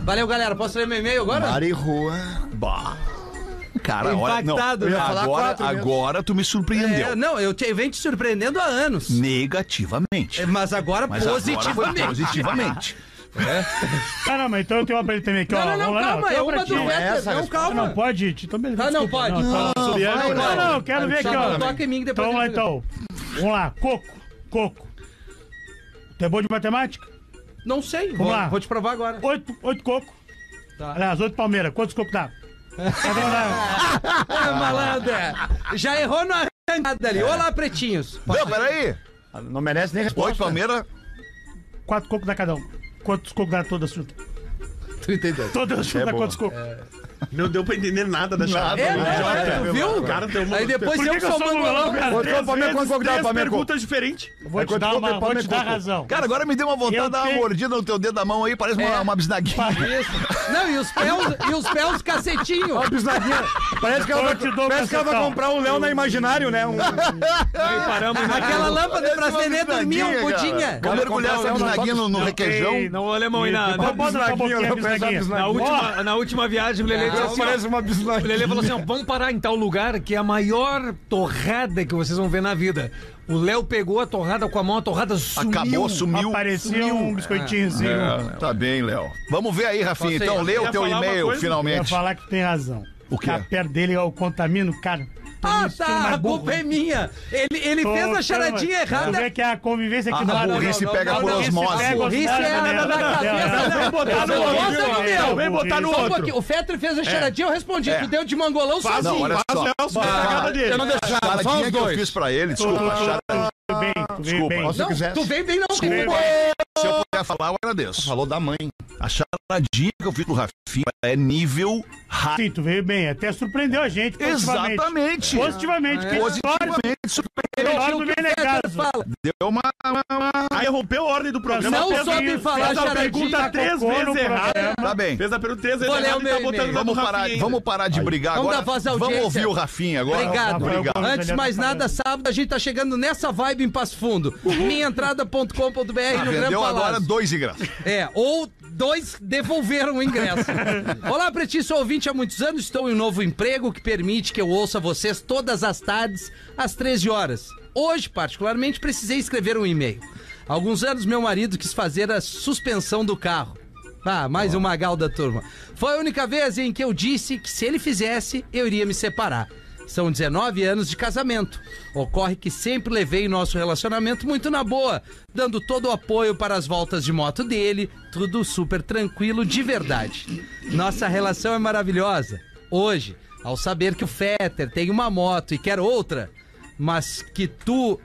E: Valeu, galera. Posso ler meu e-mail agora?
F: Mari Rua.
B: Bah. Cara, olha, não.
E: Impactado, né?
B: Agora, agora tu me surpreendeu.
E: É, não, eu, te, eu venho te surpreendendo há anos.
B: Negativamente.
E: É, Mas agora
B: Mas agora foi
E: positivamente.
B: positivamente.
D: Ah, não, mas então eu tenho uma pra ele também aqui, ó.
E: Não, não,
D: Vamos
E: não,
D: lá,
E: calma.
D: tem
E: É
D: uma pra
E: uma do
D: ti.
E: Wetter. Não,
D: Ah, Não,
E: calma.
D: pode, Tito. Beleza.
E: Ah, não,
D: desculpa.
E: pode.
D: tá.
E: vai,
D: não,
E: vai.
D: não, eu quero ver
E: Só
D: aqui, ó.
E: não toca em mim que depois
D: Então, vamos lá,
E: eu
D: então. Vamos lá, coco, coco. Tu é bom de matemática?
E: Não sei.
D: Vamos
E: Vou,
D: lá.
E: vou te provar agora.
D: Oito, oito coco.
E: Tá.
D: Aliás, oito palmeira. Quantos cocos dá?
E: Ah, malandro. Já errou na arrancada ali. Olá, pretinhos.
B: Não, peraí.
F: Não merece nem resposta.
B: Oito Palmeira.
D: Quatro cocos dá cada um. Quantos cocos dá toda a chuta?
E: 32.
D: Toda a chuta dá quantos cocos?
H: Não deu pra entender nada da charada.
E: É, não,
H: Idiota.
E: é, tu viu?
H: O cara tem uma-
E: Aí depois
D: Por
E: eu
D: que,
E: que
D: que eu
E: sou
D: sou mongolão,
E: mongolão.
D: cara?
F: Três Palmeira,
D: vezes-
F: quantos cocos dá,
H: Dez
F: Palmeira?
H: perguntas diferentes.
D: Vou te
F: quantos
D: dar
F: cocos
D: uma, vou
F: tem
D: te
F: palmeira
D: dar
F: coco?
D: razão.
B: Cara, agora me deu uma vontade
D: Eu
B: de dar uma
D: tenho-
B: mordida no teu dedo da mão aí, parece uma,
E: É.
B: uma bisnaguinha.
E: Isso. Não, e os pés, e os pés cacetinho.
F: Bisnaguinha. Parece que ela
D: Eu te
F: vai,
D: dou
F: parece que ela vai
D: cacetão.
F: comprar um Léo na Imaginário, né? Um,
G: Paramos na
E: Aquela lâmpada
B: Parece
E: pra
B: uma
E: Nenê dormir, um
B: bisnaguinha, cara.
E: budinha.
B: Vou mergulhar essa
F: Não, não,
B: bisnaguinha no, no Um requeijão.
G: Ei, não, alemão, e na, na,
D: Pode botar um pouquinho a
F: bisnaguinha,
D: bisnaguinha.
F: bisnaguinha.
G: na
D: Ó,
G: última, na última viagem, o Lelê disse assim, ó,
F: parece uma
G: o
F: bisnaguinha.
G: Lelê falou assim, ó, vamos parar em tal lugar que é a maior torrada que vocês vão ver na vida. O Léo pegou a torrada com a mão, a torrada sumiu.
B: Acabou, sumiu.
D: Apareceu um biscoitinhozinho.
B: É, tá bem, Léo. Vamos ver aí, Rafinha.
E: Posso ir?
B: Então, lê
H: Eu
B: o
H: ia
B: teu
H: falar uma
B: e-mail
H: coisa.
D: Pra
B: finalmente.
D: falar que tem razão.
B: O quê?
D: A perna dele é o contamino, cara.
E: Ah,
D: Tô
E: tá,
D: mais
E: a
D: burro.
E: culpa é minha. Ele, ele
D: Tô-
E: fez a charadinha
D: Tu
E: errada.
D: vê que é a convivência que
B: A- Ah, a burrice pega por osmose.
E: A burrice é
D: né?
E: a da cabeça, né?
D: Vem botar
E: Não, não, não, não, não,
D: outro.
E: não,
D: Vem botar no
E: Só um pouquinho. O Fetter fez a charadinha, eu respondi. Tu deu de
B: Não,
E: mangolão sozinho.
B: olha
H: Faz o
B: só.
H: Nelson na
B: Ah,
H: cagada dele.
B: A charadinha que eu fiz pra ele, desculpa. a charada-
D: Tu veio bem, tu veio bem.
F: se eu quisesse.
E: Tu vem bem, não. tem
D: Desculpa.
E: culpa.
B: Se eu puder falar, eu agradeço.
F: Falou da mãe.
B: A charadinha que eu fiz pro Rafinha é nível rápido.
D: Sim, tu veio bem. Até surpreendeu a gente positivamente.
B: Exatamente.
D: É. Positivamente. Que sorte,
B: Positivamente surpreendeu.
D: melhor do Menegaso.
E: Fala.
B: Deu uma, uma, uma-
H: Aí rompeu a ordem do programa.
E: Não
H: fez a-
E: soube falar
H: fez a
E: charadinha,
H: pergunta
E: tá
H: três
D: cocô no
H: vezes errada.
B: Tá bem.
H: Fez a pergunta três
E: Vou
H: vezes
E: ler
H: errada
E: o
H: e
E: meu
H: tá botando
E: e-mail.
H: lá no
B: Vamos
H: Rafinha
B: parar,
H: ainda.
B: vamos parar de brigar
E: Vamos
B: agora.
E: dar voz à
B: Vamos
E: audiência.
B: ouvir o Rafinha agora.
E: Obrigado.
B: Obrigado.
E: Antes de mais nada, sábado a gente tá chegando nessa vibe em Passo Fundo. Minhaentrada.com.br no Grande
B: Vendeu agora
E: Palácio.
B: dois ingressos.
E: É, ou dois devolveram o ingresso. Olá, Pretinho, sou ouvinte há muitos anos, estou em um novo emprego que permite que eu ouça vocês todas as tardes, às 13 horas. Hoje, particularmente, precisei escrever um e-mail. Há alguns anos, meu marido quis fazer a suspensão do carro. Ah, mais uma gal da turma. Foi a única vez em que eu disse que se ele fizesse, eu iria me separar. São 19 anos de casamento. Ocorre que sempre levei nosso relacionamento muito na boa, dando todo o apoio para as voltas de moto dele, tudo super tranquilo de verdade. Nossa relação é maravilhosa. Hoje, ao saber que o Fetter tem uma moto e quer outra, mas que tu.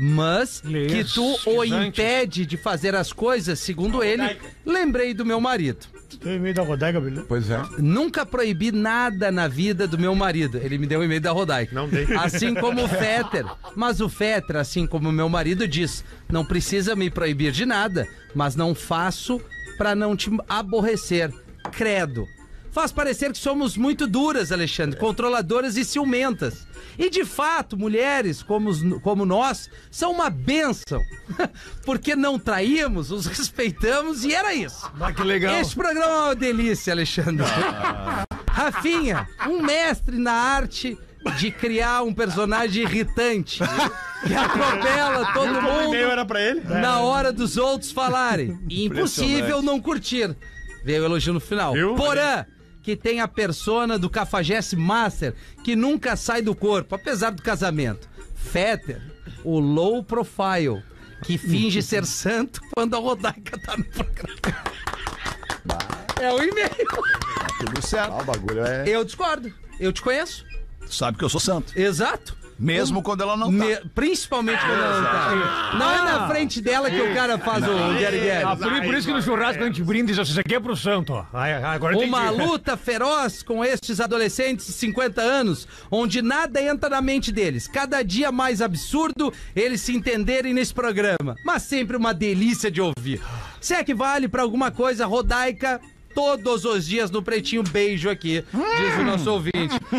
E: Mas que tu o impede de fazer as coisas, segundo ele, lembrei do meu marido.
D: Tu veio meio da Rodaiga, beleza?
F: Pois é.
E: Nunca proibi nada na vida do meu marido. Ele me deu um e-mail da Rodaica.
H: Não dei.
E: Assim como o Fetter. Mas o Fetter, assim como meu marido diz, não precisa me proibir de nada, mas não faço pra não te aborrecer. Credo. Faz parecer que somos muito duras, Alexandre, controladoras e ciumentas. E de fato, mulheres como, os- como nós são uma benção. Porque não traímos, os respeitamos e era isso.
G: Que legal.
E: Esse programa é uma delícia, Alexandre. Rafinha, um mestre na arte de criar um personagem irritante que atropela todo
H: O e-mail
E: mundo
H: era pra ele?
E: na hora dos outros falarem. Impossível não curtir. Veio o elogio no final.
H: Viu?
E: Porã, que tem a persona do Cafajeste Master, que nunca sai do corpo, apesar do casamento. Fetter, o low profile, que finge ser santo quando a Rodaica tá no programa. É o e-mail.
B: Tudo certo.
F: o bagulho é.
E: Eu discordo. Eu te conheço.
B: Tu sabe que eu sou santo.
E: Exato.
B: Mesmo quando ela não tá.
E: Me- principalmente quando ela não tá. Não é na frente dela que o cara faz o Gary
G: Ah,
E: Gary.
G: por,
D: é.
G: por isso que no churrasco a gente brinda e diz assim, isso aqui é pro santo, ó. Ai, ai, Agora tem
E: Uma luta feroz com estes adolescentes de 50 anos, onde nada entra na mente deles. Cada dia mais absurdo eles se entenderem nesse programa, mas sempre uma delícia de ouvir. Se é que vale pra alguma coisa rodaica, todos os dias no Pretinho Beijo aqui, diz o nosso ouvinte.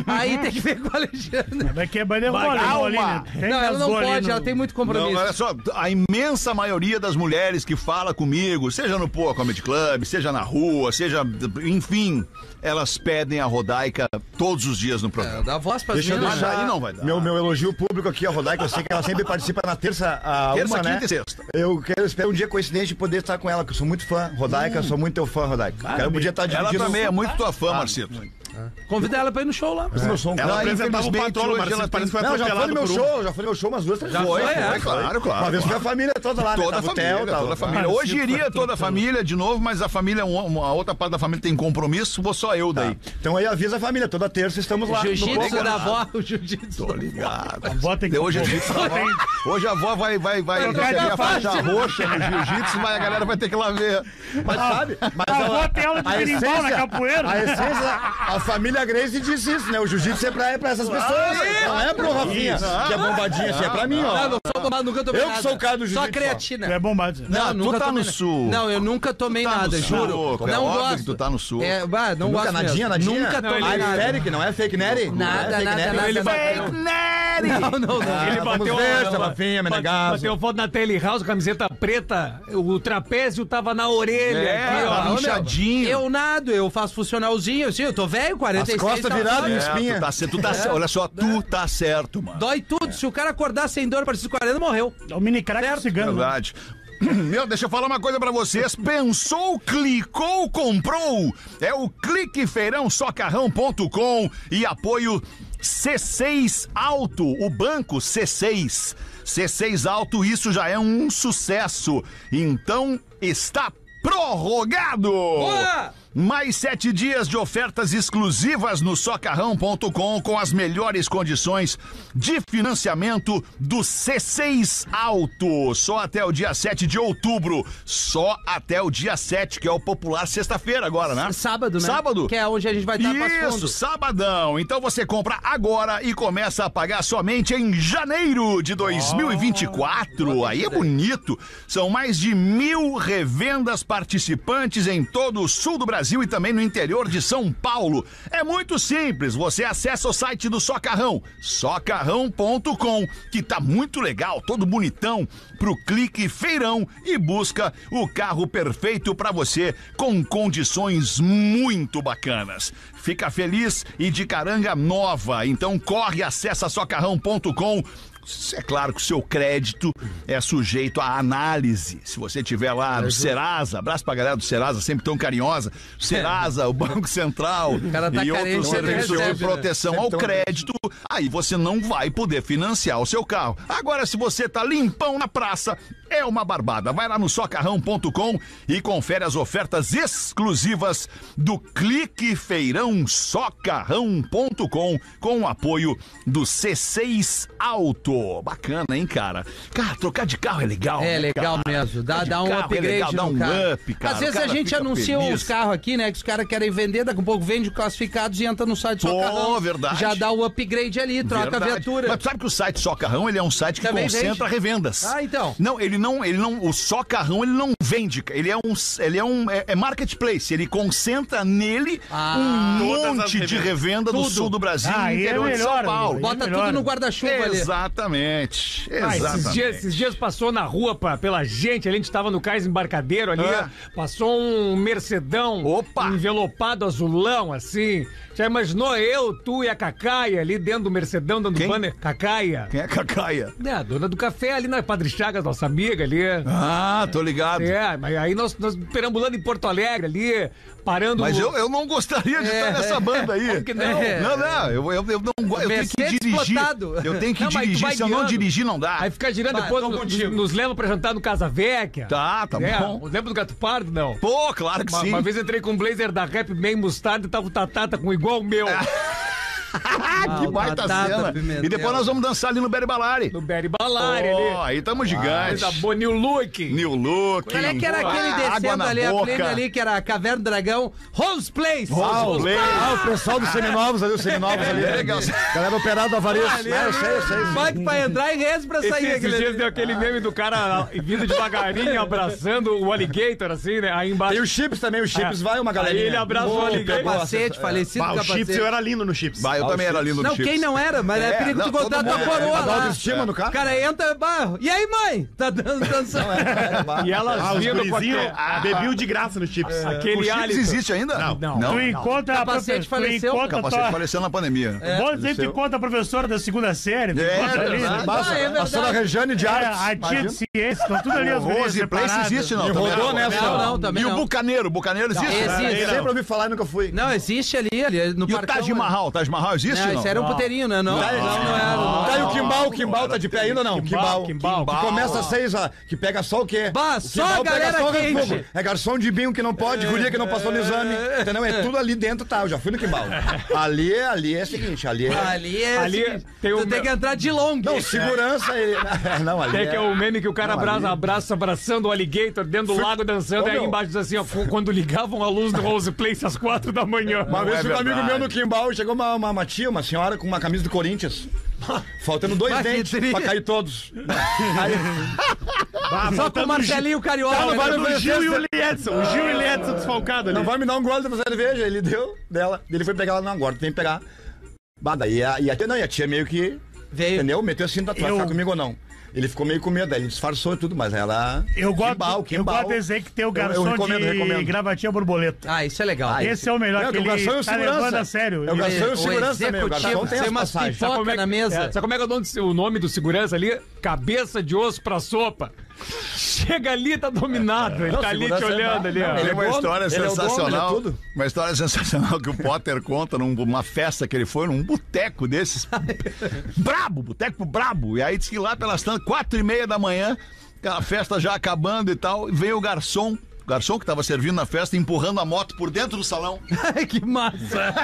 E: Aí tem que ver com a Alexandre.
D: Vai quebrar derrubar
B: calma.
D: ali, é né? Tem
E: Não, ela não
D: rasgou ali
E: pode,
D: no-
E: ela tem muito
B: Não,
E: compromisso.
F: é
B: olha só, a imensa maioria das mulheres que fala comigo, seja no Poa Comedy Club, seja na rua, seja. enfim, elas pedem a rodaica todos os dias no programa.
E: Dá voz pra
F: Deixa eu
B: Mas
F: deixar
B: aí não vai dar.
F: Meu, meu elogio público aqui, a Rodaica, eu sei que ela sempre participa na terça a
B: Terça,
F: uma, né?
B: quinta e sexta.
F: Eu quero espero um dia coincidente de poder estar com ela, que eu sou muito fã. Rodaica, sou muito teu fã, Rodaica. Cara, eu podia estar
B: Hum. Ah, Ela
F: dividindo.
B: também é muito tua fã, Marcito.
E: Convida ela pra ir no show lá.
F: Meu som.
H: Ela
F: Não,
H: apresentava o
F: infelizmente,
H: patrão,
F: hoje
H: Marcelo,
F: ela
H: parece que foi
F: Não, já foi
H: atropelado
F: no meu
H: por um.
F: show, já foi no meu show umas duas, três
E: Já
F: vezes.
E: foi, é.
B: claro, claro.
F: Uma vez foi a família toda lá, né?
B: Toda a
F: Tava o
B: família,
F: Theo, tava-
B: toda a família. Hoje iria toda a família de novo, mas a família, um- uma, outra parte da família tem compromisso, vou só eu daí.
F: Então aí avisa a família, toda terça estamos lá. no
E: Jiu-jitsu né?
F: Globo.
E: da avó, o jiu-jitsu.
B: Tô ligado.
D: Bota aqui.
B: Hoje, a gente- hoje a avó vai, vai, vai
E: trocar
B: receber
E: de
B: a faixa
E: faixa.
B: roxa no jiu-jitsu, mas a galera vai ter que lá ver.
F: Mas sabe? Mas
D: a avó tem aula de
F: a
D: berimbau
F: essência-
D: na capoeira.
F: A essência, a família Grace disse isso, né? O jiu-jitsu é pra, é pra essas pessoas. Não é pro Rafinha, que é bombadinha assim, é pra mim,
E: Não,
F: ó.
E: não sou bombado, nunca tomei
F: Eu que
E: nada.
F: sou o cara do
E: Só
F: jiu-jitsu,
E: creatina.
D: Tu é bombado.
B: Não, tu tá no
E: tomei nada.
B: sul.
E: Não, eu nunca tomei
B: Tu tá no
E: nada,
B: sul,
E: juro.
B: cara, é
E: não
B: óbvio
E: gosto.
B: que tu tá no sul.
E: É, bah, não
F: Nunca
E: gosto
F: nadinha,
E: mesmo.
F: nadinha?
E: Nunca
F: Não,
E: tomei
F: ele-
E: nada.
F: Fake, não é fake Nery?
E: Nada,
F: Não é fake
E: nada,
F: Nery.
E: nada.
G: Ele
E: nada.
G: bateu-
E: Não, não,
B: Ah,
E: não.
G: Ele
F: vamos
G: bateu,
F: ver,
G: a-
F: Sela Finha,
G: bate-
F: Menegaso.
G: bateu foto na telehouse, camiseta preta, o trapézio tava na orelha.
B: É,
G: aqui, ó.
E: Ah, ô, meu,
B: inchadinho.
E: Eu nado, eu faço funcionalzinho, assim, eu tô velho, 46.
F: costas
E: tá-
F: viradas,
E: dói-
F: né? espinha.
B: tu tá, ce- tu tá ce- olha só, tu tá certo, mano.
E: Dói tudo, se o cara acordar sem dor para 40, morreu.
D: É o mini crack
E: Certo.
D: cigano. né?
B: Verdade. Meu, deixa eu falar uma coisa pra vocês. Pensou, clicou, comprou. É o cliquefeirãosocarrão.com e apoio C6 Alto, o banco C6. C6 Alto, isso já é um sucesso. Então está prorrogado.
E: Boa!
B: Mais sete dias de ofertas exclusivas no socarrão.com com as melhores condições de financiamento do C6 Alto. Só até o dia 7 de outubro. Só até o dia 7, que é o popular sexta-feira agora, né?
E: Sábado, né?
B: Sábado.
E: Que é onde a gente vai estar
B: Isso,
E: passando.
B: sabadão. Então você compra agora e começa a pagar somente em janeiro de 2024. Aí é bonito. São mais de mil revendas participantes em todo o sul do Brasil e também no interior de São Paulo. É muito simples. Você acessa o site do Socarrão, socarrão.com, que tá muito legal, todo bonitão, pro clique feirão e busca o carro perfeito para você com condições muito bacanas. Fica feliz e de caranga nova. Então corre, acessa socarrão.com. É claro que o seu crédito é sujeito à análise. Se você tiver lá no Serasa, abraço pra galera do Serasa, sempre tão carinhosa. Serasa, o Banco Central
E: cara tá
B: e
E: carente,
B: outros
E: né?
B: serviços de
E: Recebe, né?
B: proteção ao crédito, aí você não vai poder financiar o seu carro. Agora, se você tá limpão na praça, é uma barbada. Vai lá no socarrão.com e confere as ofertas exclusivas do Clique Feirão Socarrão.com com o apoio do C6 Auto. Bacana, hein, cara? Cara, trocar de carro é legal.
E: É
B: né,
E: legal
B: cara?
E: mesmo, dá,
B: de
E: dá um
B: carro é
E: upgrade
B: legal, dá
E: no
B: um
E: carro.
B: up, cara.
E: Às
B: O
E: vezes a
B: cara
E: gente
B: fica
E: anuncia
B: feliz.
E: uns carros aqui, né, que os caras querem vender, daqui a pouco vende classificados e entra no site do
B: Pô,
E: Socarrão.
B: verdade.
E: Já dá o upgrade ali, troca a
B: Verdade.
E: viatura.
B: Mas tu sabe que o site Socarrão, ele é um site que
E: Também
B: concentra
E: vende?
B: revendas.
E: Ah, então.
B: Não, ele não, ele não, o Socarrão, ele não vende, ele é um, ele é um, é, é marketplace, ele concentra nele
E: Ah.
B: um
H: Todas as
B: monte de
H: revendas.
B: revenda do
E: Tudo.
B: sul do Brasil e
D: Ah,
B: no
D: e é
B: interior de São
D: melhor,
B: Paulo.
G: é
D: amigo,
E: Bota tudo
D: melhor.
E: no
G: né?
E: guarda-chuva ali.
B: Exatamente,
G: Ah, esses, dias,
B: exatamente.
G: esses dias passou na rua pra- pela gente, ali, a gente tava no cais embarcadeiro ali,
B: Ah.
G: passou um Mercedão
B: Opa!
G: envelopado azulão, assim. Já imaginou eu, tu e a Cacaia ali dentro do Mercedão, dando
B: Quem?
G: banner? Cacaia.
B: Quem é Cacaia?
G: É, a dona do café ali na Padre Chagas, nossa amiga. antiga ali.
B: Ah, tô ligado.
G: É, mas aí nós, nós perambulando em Porto Alegre ali, parando.
B: Mas eu, eu não gostaria
E: É,
B: de estar nessa banda aí.
G: Claro que não.
B: não, não, eu, eu, eu não go- eu tenho que
E: Mercedes
B: dirigir.
E: plotado.
B: Eu tenho que
E: Não, mas tu
B: dirigir,
E: vai
B: se eu não
E: guiando.
B: dirigir não dá.
G: Aí ficar girando
E: Tá,
G: depois
E: tô
G: nos-
E: contigo.
G: nos leva pra jantar no Casa Vecchia.
B: então Tá, tá
G: É,
B: bom.
G: Lembra do Gato Pardo, não?
B: Pô, claro que
G: Uma,
B: sim.
G: uma vez entrei com um blazer da Rap bem mostarda e tava o Tatata com igual o meu.
B: Ah, que baita
E: Batata,
B: cena.
E: Pimentel.
B: E depois nós vamos dançar ali no Beribalari.
G: No Berry Balari
B: Ó,
G: ali.
B: aí
E: Ah,
B: tamo gigante.
G: Coisa boa, New Look.
B: New Look.
E: Qual é que era aquele
B: Ah, água
E: descendo
B: na
E: ali, a
B: boca.
E: plena ali, que era a Caverna do Dragão? Rose Place!
B: Rose Place.
F: Ah, o pessoal dos seminovos ali, os seminovos ali.
E: É
B: legal.
F: Galera operada do Avarejo. Ah, eu sei, eu sei.
E: Bate pra entrar e reza pra
D: Tá
G: Esses,
E: sair. aquele
G: dias
E: ali.
G: deu
D: Ah.
G: aquele meme do cara vindo devagarinho, abraçando o alligator, assim, né? Aí embaixo.
F: E o Chips também, o Chips
G: É.
F: vai uma galera.
G: Aí ele abraça o alligator.
E: Capacete,
G: É.
E: falecido
H: Bah, Ah, o
E: capacete.
H: Chips, eu era lindo no Chips.
B: Bah, eu também era lindo no
E: Não,
B: Chips.
E: quem não era, mas é,
B: É,
E: perigo
B: não,
E: tu botar a
B: todo
E: tua
B: mundo-
E: coroa
B: Vai dar
E: lá.
F: autoestima no
E: O
F: cara?
E: cara entra, barro. E aí, mãe? Tá dan- dançando.
F: é.
G: E elas
H: Ah, é. os
G: vindo com
H: gurizinhos
G: aquele,
H: bebiam de graça no Chips.
G: aquele
B: Chips
G: hálito.
B: existe ainda?
H: Não.
G: Não.
D: Tu encontra a professora.
E: Capacete
D: Tu
E: faleceu?
D: encontra a
B: Capacete
D: tua.
B: faleceu na pandemia.
E: É.
D: Você tu encontra a professora da segunda série. tu
B: É,
D: encontra ali,
B: verdade.
D: né?
E: Ah, é
F: A senhora
E: verdade.
F: Rejane de
D: Cara,
F: Artes.
D: a tia de ciência, estão tudo ali
B: O
D: as gurias
B: Rose Place
D: separadas.
B: existe, não.
F: E
B: também
F: rodou
B: não.
F: nessa.
E: Não, não, também
B: E o
E: não.
B: Bucaneiro, o Bucaneiro existe?
E: Existe.
F: Sempre ouvi falar e nunca fui.
E: Não, existe ali, ali no
B: E o
E: parcão,
B: Taj
E: né?
B: Mahal, Taj Mahal existe?
E: Não,
B: É, não?
E: isso era um puteirinho, né? Não, não, não era. não.
F: Tá, e o Kimbal, o Kimbal tá de pé ainda não?
G: Kimbal,
F: Kimbal.
G: Kimbal.
F: Que começa às seis, ó, que pega só o quê?
E: Bah,
F: O
E: só
F: Kimbal
E: a
F: pega
E: galera
F: só o
E: quente. É.
F: refogo. É garçom de bem o que não pode, guria que não passou no exame. Entendeu? É tudo ali dentro, tá? Eu já fui no Kimbal. Ali, ali é o seguinte, ali é...
E: Ali é.
G: Ali
E: seguinte,
G: tem
E: tu
G: um-
E: tem que entrar de long.
F: Não, segurança... Ele... Não, ali
G: É que é o meme que o cara abraça, abraça abraçando o alligator dentro do lago dançando
F: Ô,
G: e aí
F: meu.
G: embaixo diz assim, ó, quando ligavam a luz do Rose Place às quatro da manhã.
F: Uma vez
B: é
F: fui com um amigo
B: verdade.
F: meu no Kimbal, chegou uma, uma, uma tia, uma senhora com uma camisa do Corinthians. Faltando dois
E: Bah, que
F: dentes
E: tri-
F: pra cair todos.
E: Só
F: tá
E: com o Marcelinho Carioca.
F: Não,
E: né?
F: vai me
H: O Gil e
F: oferecer-
H: o Liedson. O Gil e o Liedson desfalcado ali.
F: Não vai me dar um gole dessa cerveja. Ele deu dela. Ele foi pegar ela, não, agora tu tem que pegar. Bah, daí a, e a tia não, e a tia meio que.
E: Veio.
F: Entendeu? Meteu assim, tá, tu vai
D: Eu-
F: ficar comigo ou não? Ele ficou meio com medo, aí ele disfarçou e tudo, mas ela.
D: Eu gosto,
F: Kimbal,
D: eu
F: Kimbal.
D: gosto de dizer que tem o
F: Eu- eu
D: garçom
F: recomendo,
D: de
F: recomendo.
D: gravatinha borboleta.
E: Ah, isso é legal.
D: Esse é o melhor,
F: Não,
D: que
F: que o garçom
D: ele
F: é o
D: tá
F: segurança.
D: levando a sério.
F: É o
D: Ele-
F: garçom e o segurança também. O garçom
E: executivo
F: tem as
E: tem umas
F: passagens.
G: Sabe como
E: pipocas
G: é que-
E: na
G: é,
E: mesa.
G: sabe como é que é o nome, do- o nome do segurança ali? Cabeça de osso pra sopa. Chega ali, tá dominado. Ele
F: Não,
G: tá ali te
F: segurança é
G: olhando
F: brabo.
G: ali, ó.
F: Não,
B: Tem uma
F: Ele é o
B: história
F: dono, ele é o dono,
B: sensacional.
F: ele é tudo.
B: Uma história sensacional que o Potter conta num- numa festa que ele foi, num boteco desses. brabo, boteco brabo. E aí diz que lá pelas tantas, quatro e meia da manhã, a festa já acabando e tal, e veio o garçom. O garçom que estava servindo na festa, empurrando a moto por dentro do salão.
E: Ai, que massa.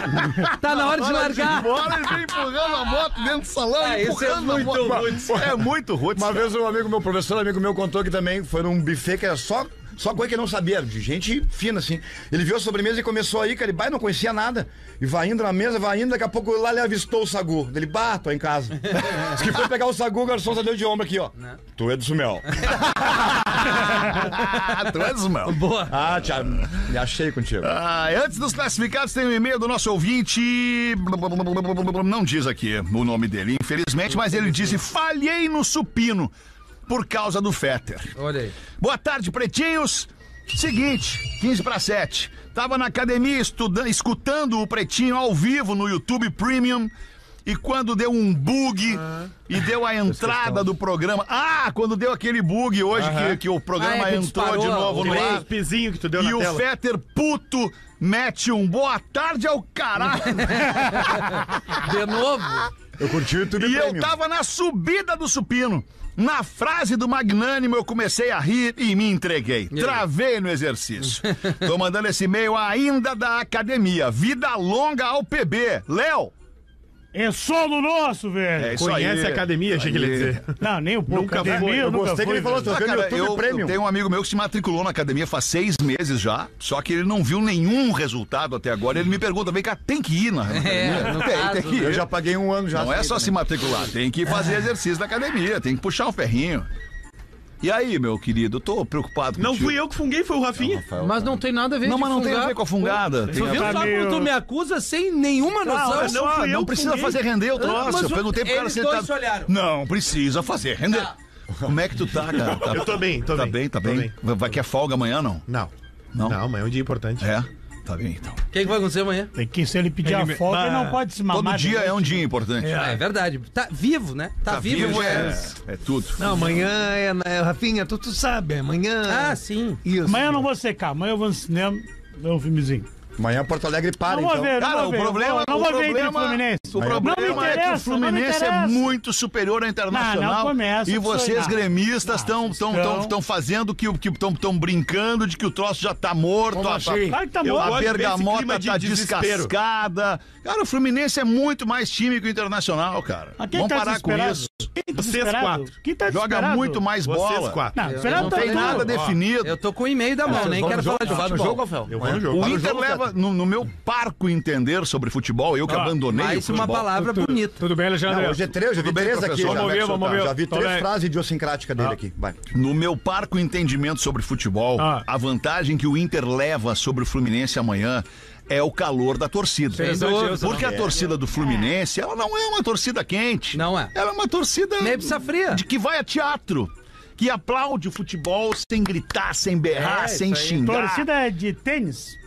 E: Tá na hora de
B: Hora de ir
E: largar.
B: embora, ele vem empurrando a moto dentro do salão,
E: Ah, isso é
B: empurrando a
E: muito
B: moto. É muito roots.
F: Uma vez um amigo meu, professor, um amigo meu, contou que também foi num buffet que era só, só coisa que ele não sabia, de gente fina, assim. Ele viu a sobremesa e começou aí, cara, ele, bah, não conhecia nada. E vai indo na mesa, vai indo, daqui a pouco lá ele avistou o sagu. Ele, bah, tô em casa. Diz que foi pegar o sagu, o garçom só deu de ombro aqui, ó.
B: Né?
F: Tu é do Sumel.
B: Ah, tu és, mano.
E: Boa.
F: ah, tia, me achei contigo.
B: Ah, antes dos classificados, tem um e-mail do nosso ouvinte. Não diz aqui o nome dele, infelizmente, mas ele disse: falhei no supino por causa do Fetter.
E: Olha aí.
B: Boa tarde, pretinhos. Seguinte, 15 para 7. Tava na academia estudan- escutando o pretinho ao vivo no YouTube Premium. E quando deu um bug
E: Ah.
B: e deu a entrada do programa. Ah, quando deu aquele bug hoje que, que o programa
E: Ah, é que
B: entrou de
E: disparou
B: novo
E: o
B: no ar.
H: Os pizinhos que tu deu
B: E
H: na
B: o
H: tela.
B: Fetter puto mete um boa tarde ao caralho.
E: De novo.
F: Eu curti o YouTube
B: e eu
F: Premium.
B: tava na subida do supino. Na frase do magnânimo, eu comecei a rir e me entreguei. Travei no exercício. Tô mandando esse e-mail ainda da academia. Vida longa ao PB. Léo!
D: É solo nosso, velho.
B: É isso
H: Conhece
B: aí.
H: a academia, achei que ele ia dizer.
D: Não, nem o pouco.
H: Nunca
D: Academia,
H: foi. Eu
D: nunca
F: Gostei que
D: fui,
F: ele falou,
D: velho.
F: tô
B: Ah,
F: vendo o
B: cara, eu,
F: YouTube
B: eu
F: Premium.
B: tenho um amigo meu que se matriculou na academia faz seis meses já, só que ele não viu nenhum resultado até agora. Ele me pergunta, vem cá, tem que ir na academia?
E: É, no
B: tem, tem
E: caso,
B: que ir.
F: Eu já paguei um ano já.
B: Não é
F: assim,
B: só se matricular, tem que fazer exercício na academia, tem que puxar um ferrinho. E aí, meu querido, eu tô preocupado
H: Não
B: contigo.
H: fui eu que funguei, foi o Rafinha.
E: Mas não tem nada a ver
B: Não,
E: de
B: mas não tem a
E: fungar.
B: ver com a fungada. Tem
E: Tu
B: a-
E: viu
D: Tá
E: só
D: meio-
E: como tu me acusa sem nenhuma noção?
H: mas não
B: Ah,
H: fui eu
B: não
H: que
B: precisa
H: funguei.
B: fazer render o troço.
E: mas
B: eu
E: o-
B: perguntei pro cara
E: eles
B: se ele
E: dois
B: tá...
E: se olharam.
B: Não, precisa fazer render. Como é que tu tá, cara? Tá-
H: Eu tô bem, tô
B: tá
H: bem.
B: bem, tá
H: Tô
B: bem.
H: bem.
B: Vai vai que é folga amanhã, não?
H: Não.
B: Não?
H: Não, mas é um dia importante.
B: É. Tá bem, então.
E: O que, que vai acontecer amanhã?
D: Tem que, se ele pedir
G: Ele
D: a
G: me-
D: folga,
G: Bah.
D: ele não pode se mamar.
B: Todo dia
D: né?
B: é um dia importante.
G: É.
E: Ah, é verdade. Tá vivo, né? Tá, vivo.
B: Vivo é,
E: Jesus.
B: é tudo.
G: Não, amanhã é, é, Rafinha, tu, tu sabe, amanhã. é
E: Ah, sim.
G: isso.
D: Amanhã eu não vou secar, amanhã eu vou no cinema ver um filmezinho.
F: Amanhã Porto Alegre para,
D: não vou
F: então.
D: ver, não
B: Cara,
D: vou
B: o
D: ver.
B: problema,
D: não
B: o
D: vou ver
B: problema,
D: entre o Fluminense.
B: O problema é que o
D: interessa, não me
B: Fluminense é
D: interessa.
B: muito superior ao Internacional.
D: Não, não começa
B: e
D: com isso
B: vocês
D: aí, não.
B: gremistas estão tão,
D: estão-
B: tão, tão fazendo que estão tão brincando de que o troço já tá morto.
H: Como
B: a-
H: assim?
D: Claro que tá
H: Eu
D: morto.
B: A
H: gosto desse clima
B: bergamota
H: de
B: tá
H: desespero.
B: descascada. Cara, o Fluminense é muito mais time que o Internacional, cara.
D: Mas quem
B: Vamos
D: tá
B: parar com
D: desesperado?
B: isso.
D: Quem tá
H: Vocês
D: desesperado?
H: quatro.
D: Quem tá
B: Joga
D: desesperado?
B: muito mais
H: Vocês
B: bola.
H: quatro.
D: Não,
E: Eu
D: desesperado
B: Não
D: tá
B: tem
D: todo
B: nada
D: mundo.
B: definido.
E: Eu tô com um e-mail da mão, nem quero falar de futebol.
H: Eu vou no jogo.
B: é O Inter leva, no, no meu parco entender sobre futebol, eu que abandonei o
E: Mais uma
B: futebol.
E: palavra bonita.
G: Tudo bem, Alexandre?
F: Não, hoje é três, já vi
B: Tudo bem,
F: três aqui.
B: professor?
F: Já, tá?
G: Vamos ver, vamos ver.
F: já vi
G: Tudo
F: três
G: bem.
F: frases idiosincráticas dele aqui. Vai.
B: No meu parco entendimento sobre futebol,
G: Ah.
B: a vantagem que o Inter leva sobre o Fluminense amanhã é o calor da torcida.
G: Sem dúvida.
B: Porque a torcida do Fluminense, ela não é uma torcida quente.
E: Não é.
B: Ela é uma torcida
E: Meio pizza fria.
B: de que vai a teatro, que aplaude o futebol sem gritar, sem berrar,
E: É,
B: sem
E: isso aí.
B: xingar. Torcida...
D: Torcida é de tênis?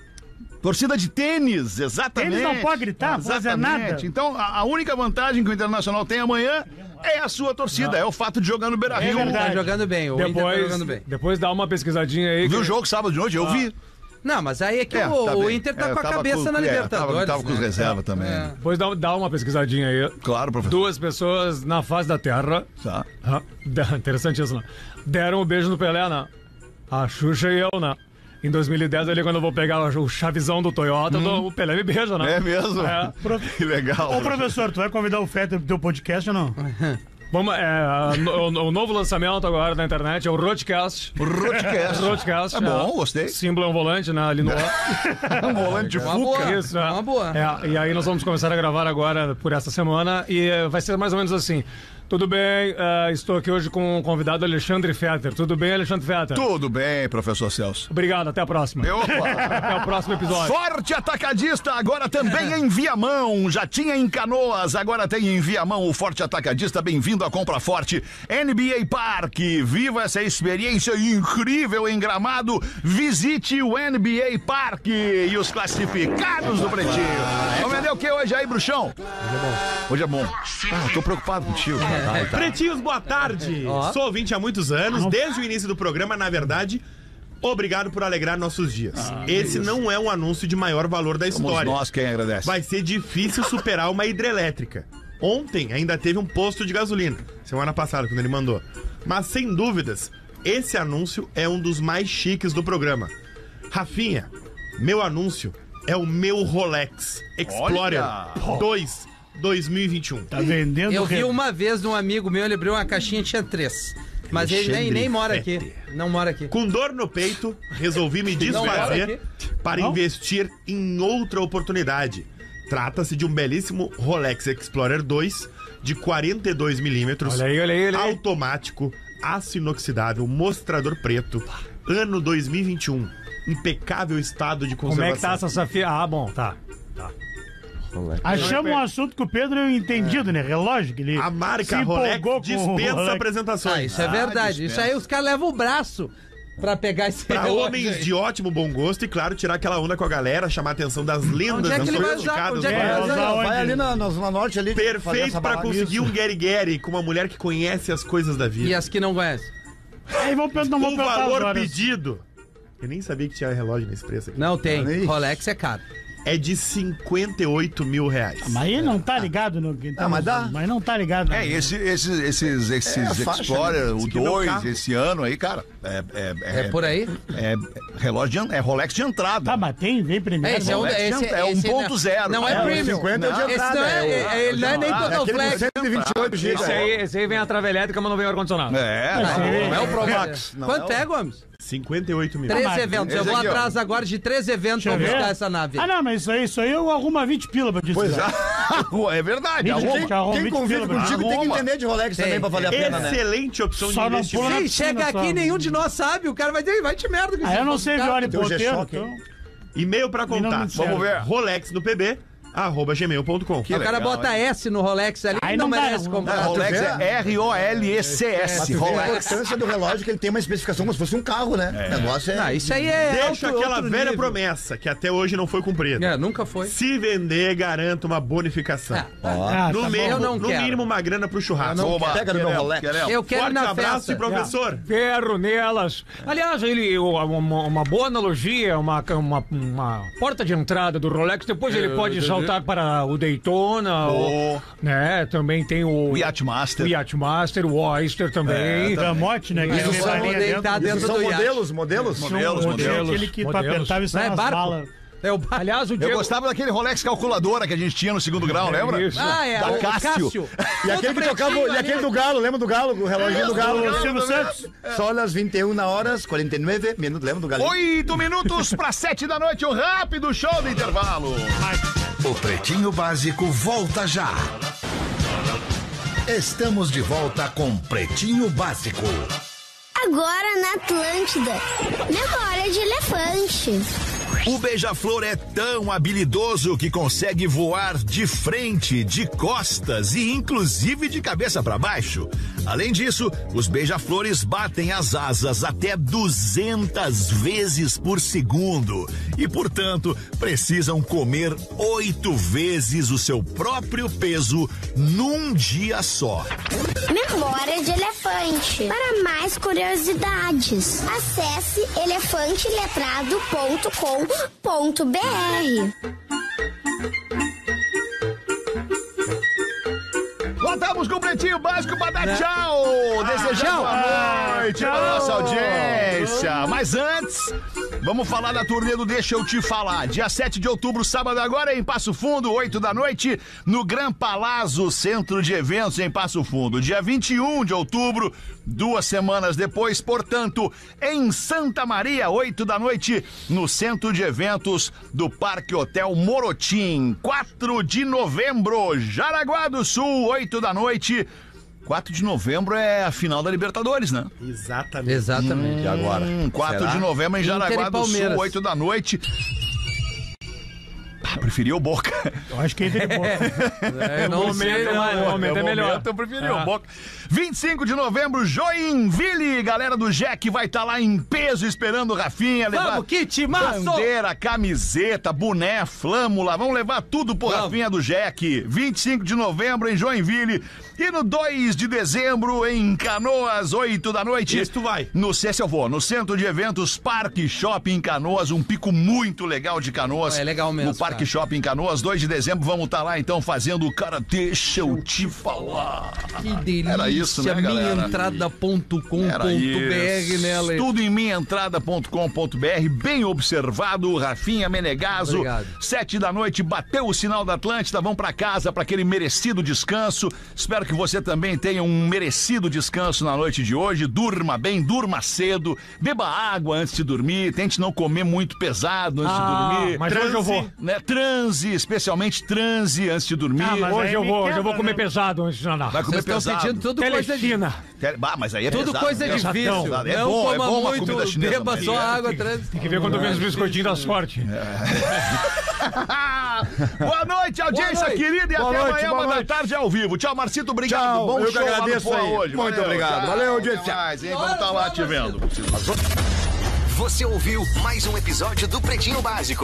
B: de tênis, exatamente.
D: Tênis não pode gritar, não pode fazer
B: Exatamente.
D: nada.
B: Então, a, a única vantagem que o Internacional tem amanhã é a sua torcida, é o fato de jogar no Beira-Rio.
D: Ah. verdade.
E: Tá jogando bem, o Inter tá
G: Depois,
E: jogando bem.
G: depois dá uma pesquisadinha aí.
B: Viu o
G: que-
B: jogo sábado de noite?
D: Ah.
B: Eu vi.
E: Não, mas aí é que
B: É,
E: o,
B: tá
E: o
B: bem.
E: Inter tá
B: É,
E: com a
B: tava
E: cabeça na
B: é,
E: Libertadores.
B: Tava, tava com
E: né?
B: os reservas também. né?
G: Depois dá, dá uma pesquisadinha aí.
B: Claro, professor.
G: Duas pessoas na face da terra.
B: Tá.
G: Ah, de- interessante isso, né? Deram o beijo no Pelé, né? A Xuxa e eu, né? Em 2010, ali, quando eu vou pegar o chavizão do Toyota, eu dou- o Pelé me beija, né?
B: É mesmo?
G: É.
B: Que legal.
D: Ô, professor, tu vai convidar o Fetter pro teu podcast ou não?
G: Vamos, é, a- o, o novo lançamento agora na internet é o Roadcast.
B: Rodcast.
G: Roadcast.
B: É bom, gostei.
G: Símbolo é um volante, né? Ali no ar.
B: Um volante de
E: Uma
B: fuca.
E: boa.
G: Isso, né?
E: Uma boa.
G: É, e aí nós vamos começar a gravar agora por essa semana e eh, vai ser mais ou menos assim. Tudo bem, eh, estou aqui hoje com o convidado Alexandre Fetter. Tudo bem, Alexandre Fetter?
B: Tudo bem, professor Celso.
G: Obrigado, até a próxima.
B: Opa.
G: Até o próximo episódio.
B: Forte atacadista, agora também em Viamão. Já tinha em Canoas, agora tem em Viamão o Forte Atacadista. Bem-vindo à compra forte. NBA Parque, viva essa experiência incrível em Gramado. Visite o NBA Parque e os classificados do Pretinho. Vamos vender o que hoje aí, bruxão? Hoje é bom. Hoje é bom. Ah, tô preocupado contigo. cara. tá.
H: Pretinhos, boa tarde. Sou ouvinte há muitos anos, desde o início do programa, na verdade. Obrigado por alegrar nossos dias. Esse não é um anúncio de maior valor da
B: Somos
H: história.
B: nós quem agradece.
H: Vai ser difícil superar uma hidrelétrica. Ontem ainda teve um posto de gasolina, semana passada, quando ele mandou. Mas sem dúvidas, esse anúncio é um dos mais chiques do programa. Rafinha, meu anúncio é o meu Rolex Explorer
B: Olha!
H: 2 2021.
D: Tá vendendo
E: Eu
D: o quê?
E: vi uma vez de um amigo meu, ele abriu uma caixinha tinha três. Mas ele nem, nem mora aqui. Não mora aqui.
H: Com dor no peito, resolvi me
E: Não, olha
H: desfazer para
D: Não?
H: investir em outra oportunidade. Trata-se de um belíssimo Rolex Explorer 2 de 42 milímetros,
G: Olha aí, olha aí, olha aí.
H: automático, aço inoxidável, mostrador preto, ano 2021. Impecável estado de
G: Como é que tá
H: conservação.
G: essa safia? Ah, bom, tá.
D: Achamos um assunto que o Pedro é entendido, né? Relógio que ele
H: A
D: se
H: marca
D: empolgou
H: Rolex
D: com o
H: dispensa
D: Rolex.
H: apresentações.
E: Ah, isso é verdade. Isso aí os caras levam o braço pra pegar esse
H: Pra
E: relógio
H: homens
E: é aí.
H: de ótimo bom gosto e, claro, tirar aquela onda com a galera, chamar a atenção das lendas
E: é que ele vai usar?
H: sofisticadas
E: Onde é que
H: do
E: ele
H: Rolex.
D: É,
F: Mas,
D: usar
F: ó,
D: onde?
F: vai ali na, na Zona Norte ali. fazer
H: Perfeito
F: essa
H: pra
F: balada.
H: conseguir um Gary Gary com uma mulher que conhece as coisas da vida.
E: E as que não conhecem.
D: Aí vão perguntar, vão
H: o
D: perguntar as
H: Um valor
D: horas.
H: pedido. Eu nem sabia que tinha relógio nesse preço aqui.
E: Não tem.
F: Olha isso.
E: Rolex é caro.
H: É de 58 mil reais.
D: Mas aí não tá ligado no...
F: Ah, mas dá.
D: Mas não tá ligado.
B: É, esse, esses, esses, esses
F: a faixa,
B: Explorer,
F: né?
B: o
F: Diz que meu
B: 2,
F: carro.
B: esse ano aí, cara, é, é,
E: É, por aí?
B: é relógio, de, en- é Rolex de entrada.
D: Tá, mas tem, vem primeiro.
E: É, esse é um,
B: Rolex de
E: esse,
B: entrada, é um
E: esse
B: ponto
E: não-
B: zero.
E: Não é,
B: É, o
E: premium.
F: 50 é de
E: esse
F: entrada,
E: não é,
F: é o-
E: é- ele não é nem
F: Aquele com
E: Totalflex.
F: 128 GB.
G: Esse aí, esse aí vem a travelétrica, mas não vem o ar-condicionado.
B: É,
F: Não é o Promax. não
E: Quanto
F: é o-
E: é, Gomes?
H: 58 mil.
E: Três
D: mas
E: eventos. Eu
B: esse
E: vou
B: aqui, ó.
E: atrás agora de três eventos pra
D: eu ver.
E: buscar essa nave.
D: É. Ah, não, mas isso aí, isso aí eu arrumo a 20 pila pra disso.
F: Pois é.
B: é verdade.
D: Quem-
B: arruma.
D: quem- Arruma
F: Quem
D: 20
F: convive
D: pila,
F: contigo tem que
B: Arruma.
F: entender de Rolex também
E: Tem,
F: pra valer a pena, né?
H: Excelente opção
D: Só não
H: de
D: pula
H: investimento.
D: na
E: Sim,
D: piscina
E: chega
D: só.
E: aqui nenhum de nós sabe. O cara vai dizer, vai te merda. que
D: Ah,
E: você
F: um
D: eu não
E: vai
D: sei ver
E: buscar.
D: hora e
F: Tem o
D: ponteiro,
F: G-Shock,
D: então...
H: E-mail pra
D: Em nome
H: contar.
D: do céu.
H: Vamos ver. Rolex no PB, arroba gmail.com.
E: o cara bota S no Rolex ali
D: Aí
E: e não,
D: não dá,
E: merece
D: não
E: comprar.
B: Ah, Rolex é
J: Mas tu vê
B: R-O-L-E-C-S.
J: a
B: Rolex.
J: importância do relógio que ele tem uma especificação como se fosse um carro, né? O negócio é.
E: Ah, isso aí é.
H: Deixa
E: outro-
H: aquela
E: outro
H: velha
E: nível.
H: promessa que até hoje não foi cumprida.
E: É, nunca foi.
H: Se vender, garanta uma bonificação.
D: Ah,
E: Ah,
H: no
D: tá bom.
H: mínimo,
E: Eu não
H: no
E: quero.
H: mínimo uma grana pro churrasco.
B: Toma,
J: Pega no meu
B: queremos,
J: Rolex.
B: queremos.
E: tá. Eu quero ir
H: Forte
E: na
H: abraço
E: festa.
H: e professor.
G: Ferro nelas. Aliás, ele, o- uma, uma boa analogia, uma, uma, uma porta de entrada do Rolex. Depois ele pode saltar para o Daytona.
B: O-
G: o- né, também tem o,
B: O Yachtmaster.
G: o Yachtmaster, o Oyster também.
D: Gamote, né? Que
E: Mas
D: ele
E: eu só
D: vai
E: vou
D: ali
E: deitar
D: dentro.
E: dentro
J: São
E: do iate.
J: modelos, modelos?
B: Modelos,
D: É
B: modelos.
D: aquele que pra
G: Modelos.
D: apertava e
E: Não
D: saia
E: é
D: nas
E: barco?
D: balas.
E: É o barco.
G: Aliás, o
B: Eu
G: Diego...
B: gostava daquele Rolex calculadora que a gente tinha no segundo grau, lembra?
G: isso.
E: Ah, é.
B: Da
E: o
B: Cássio.
J: E aquele que tocava. E aquele do Galo, lembra do Galo? O reloginho do Galo.
D: O Silvio Santos.
F: É.
J: Só as 21 horas, 49 minutos, lembra do Galo?
B: Oito minutos para sete da noite, um rápido show do intervalo.
C: O Pretinho Básico volta já. Estamos de volta com Pretinho Básico.
K: Agora na Atlântida. Memória de elefante.
B: O beija-flor é tão habilidoso que consegue voar de frente, de costas e inclusive de cabeça para baixo. Além disso, os beija-flores batem as asas até 200 vezes por segundo e, portanto, precisam comer oito vezes o seu próprio peso num dia só.
K: Memória de elefante. Para mais curiosidades, acesse elefanteletrado.com.br.
B: Voltamos com o Pretinho Básico para dar tchau! Desejando boa noite pra nossa audiência. Mas antes, vamos falar da turnê do Deixa Eu Te Falar. Dia 7 de outubro, sábado agora, em Passo Fundo, 8 da noite, no Gran Palazzo, Centro de Eventos em Passo Fundo. Dia 21 de outubro, duas semanas depois, portanto, em Santa Maria, 8 da noite, no Centro de Eventos do Parque Hotel Morotim. 4 de novembro, Jaraguá do Sul, 8 da noite. 4 de novembro é a final da Libertadores, né?
H: Exatamente.
E: Exatamente.
J: Agora.
B: Hum, 4
J: Será?
B: de novembro em
E: Inter e
B: Jaraguá do Sul,
E: Palmeiras.
B: 8 da noite. Ah, preferi o Boca.
D: Eu acho que ele
G: É.
D: tem que
E: Eu não sei.
G: Momento,
E: não.
G: mano, momento é melhor.
B: Momento, eu preferi o Boca. 25 de novembro, Joinville. Galera do Jack vai estar lá em peso esperando o Rafinha. levar
E: Vamos, Kit Maço!
B: Bandeira, camiseta, boné, flâmula. Vamos levar tudo pro
E: Vamos.
B: Rafinha do Jack. 25 de novembro em Joinville. E no 2 de dezembro em Canoas, 8 da noite.
H: Isso tu vai.
B: No C, se eu vou, no Centro de Eventos Parque Shopping Canoas, um pico muito legal de Canoas.
E: É legal mesmo,
B: No Parque
E: cara.
B: Shopping Canoas, 2 de dezembro, vamos estar lá então fazendo o cara Deixa Eu Te Falar.
E: Que delícia.
B: Era isso, né, galera?
E: Um
B: Era
E: Minhaentrada.com.br
B: isso.
E: nela.
B: Tudo em minhaentrada.com.br, bem observado, Rafinha Menegaso.
E: Obrigado.
B: Sete da noite, bateu o sinal da Atlântida, vão pra casa pra aquele merecido descanso. Espero que você também tenha um merecido descanso na noite de hoje. Durma bem, durma cedo, beba água antes de dormir, tente não comer muito pesado antes
E: Ah,
B: de dormir.
G: Ah, mas hoje eu vou.
B: Né, transe, especialmente transe antes de dormir.
D: Ah, mas
G: Hoje
D: aí
G: eu
D: me
G: vou, hoje eu vou
D: quebra,
G: comer
D: né?
G: pesado antes de nadar.
B: Vai comer
E: Vocês estão
B: pesado.
E: pedindo tudo coisa de.
G: Telechina.
B: Tele- Bah, mas aí é
E: Tudo
B: pesado,
E: coisa
B: né?
E: difícil.
B: Pesadão. É
E: não
B: bom, é
E: coma
B: bom uma comida
E: muito,
B: chinesa.
E: beba
B: mas-
E: só água trans.
G: Tem que ver quando vem os biscoitinhos
B: É.
G: da sorte.
B: Boa noite, audiência
E: Boa noite.
B: querida, e
F: Boa
B: até
F: noite,
B: amanhã,
F: boa
B: uma da
F: noite.
B: tarde ao vivo. Tchau, Marcito, obrigado.
F: Tchau,
B: Bom
F: eu que
B: show lá no
F: agradeço
B: Poa
F: aí.
B: hoje.
F: Muito obrigado.
B: tchau.
F: Valeu, audiência.
B: Até mais, hein? Vamos
E: Bora,
B: estar lá
E: bora,
B: te vendo.
L: Você ouviu mais um episódio do Pretinho Básico.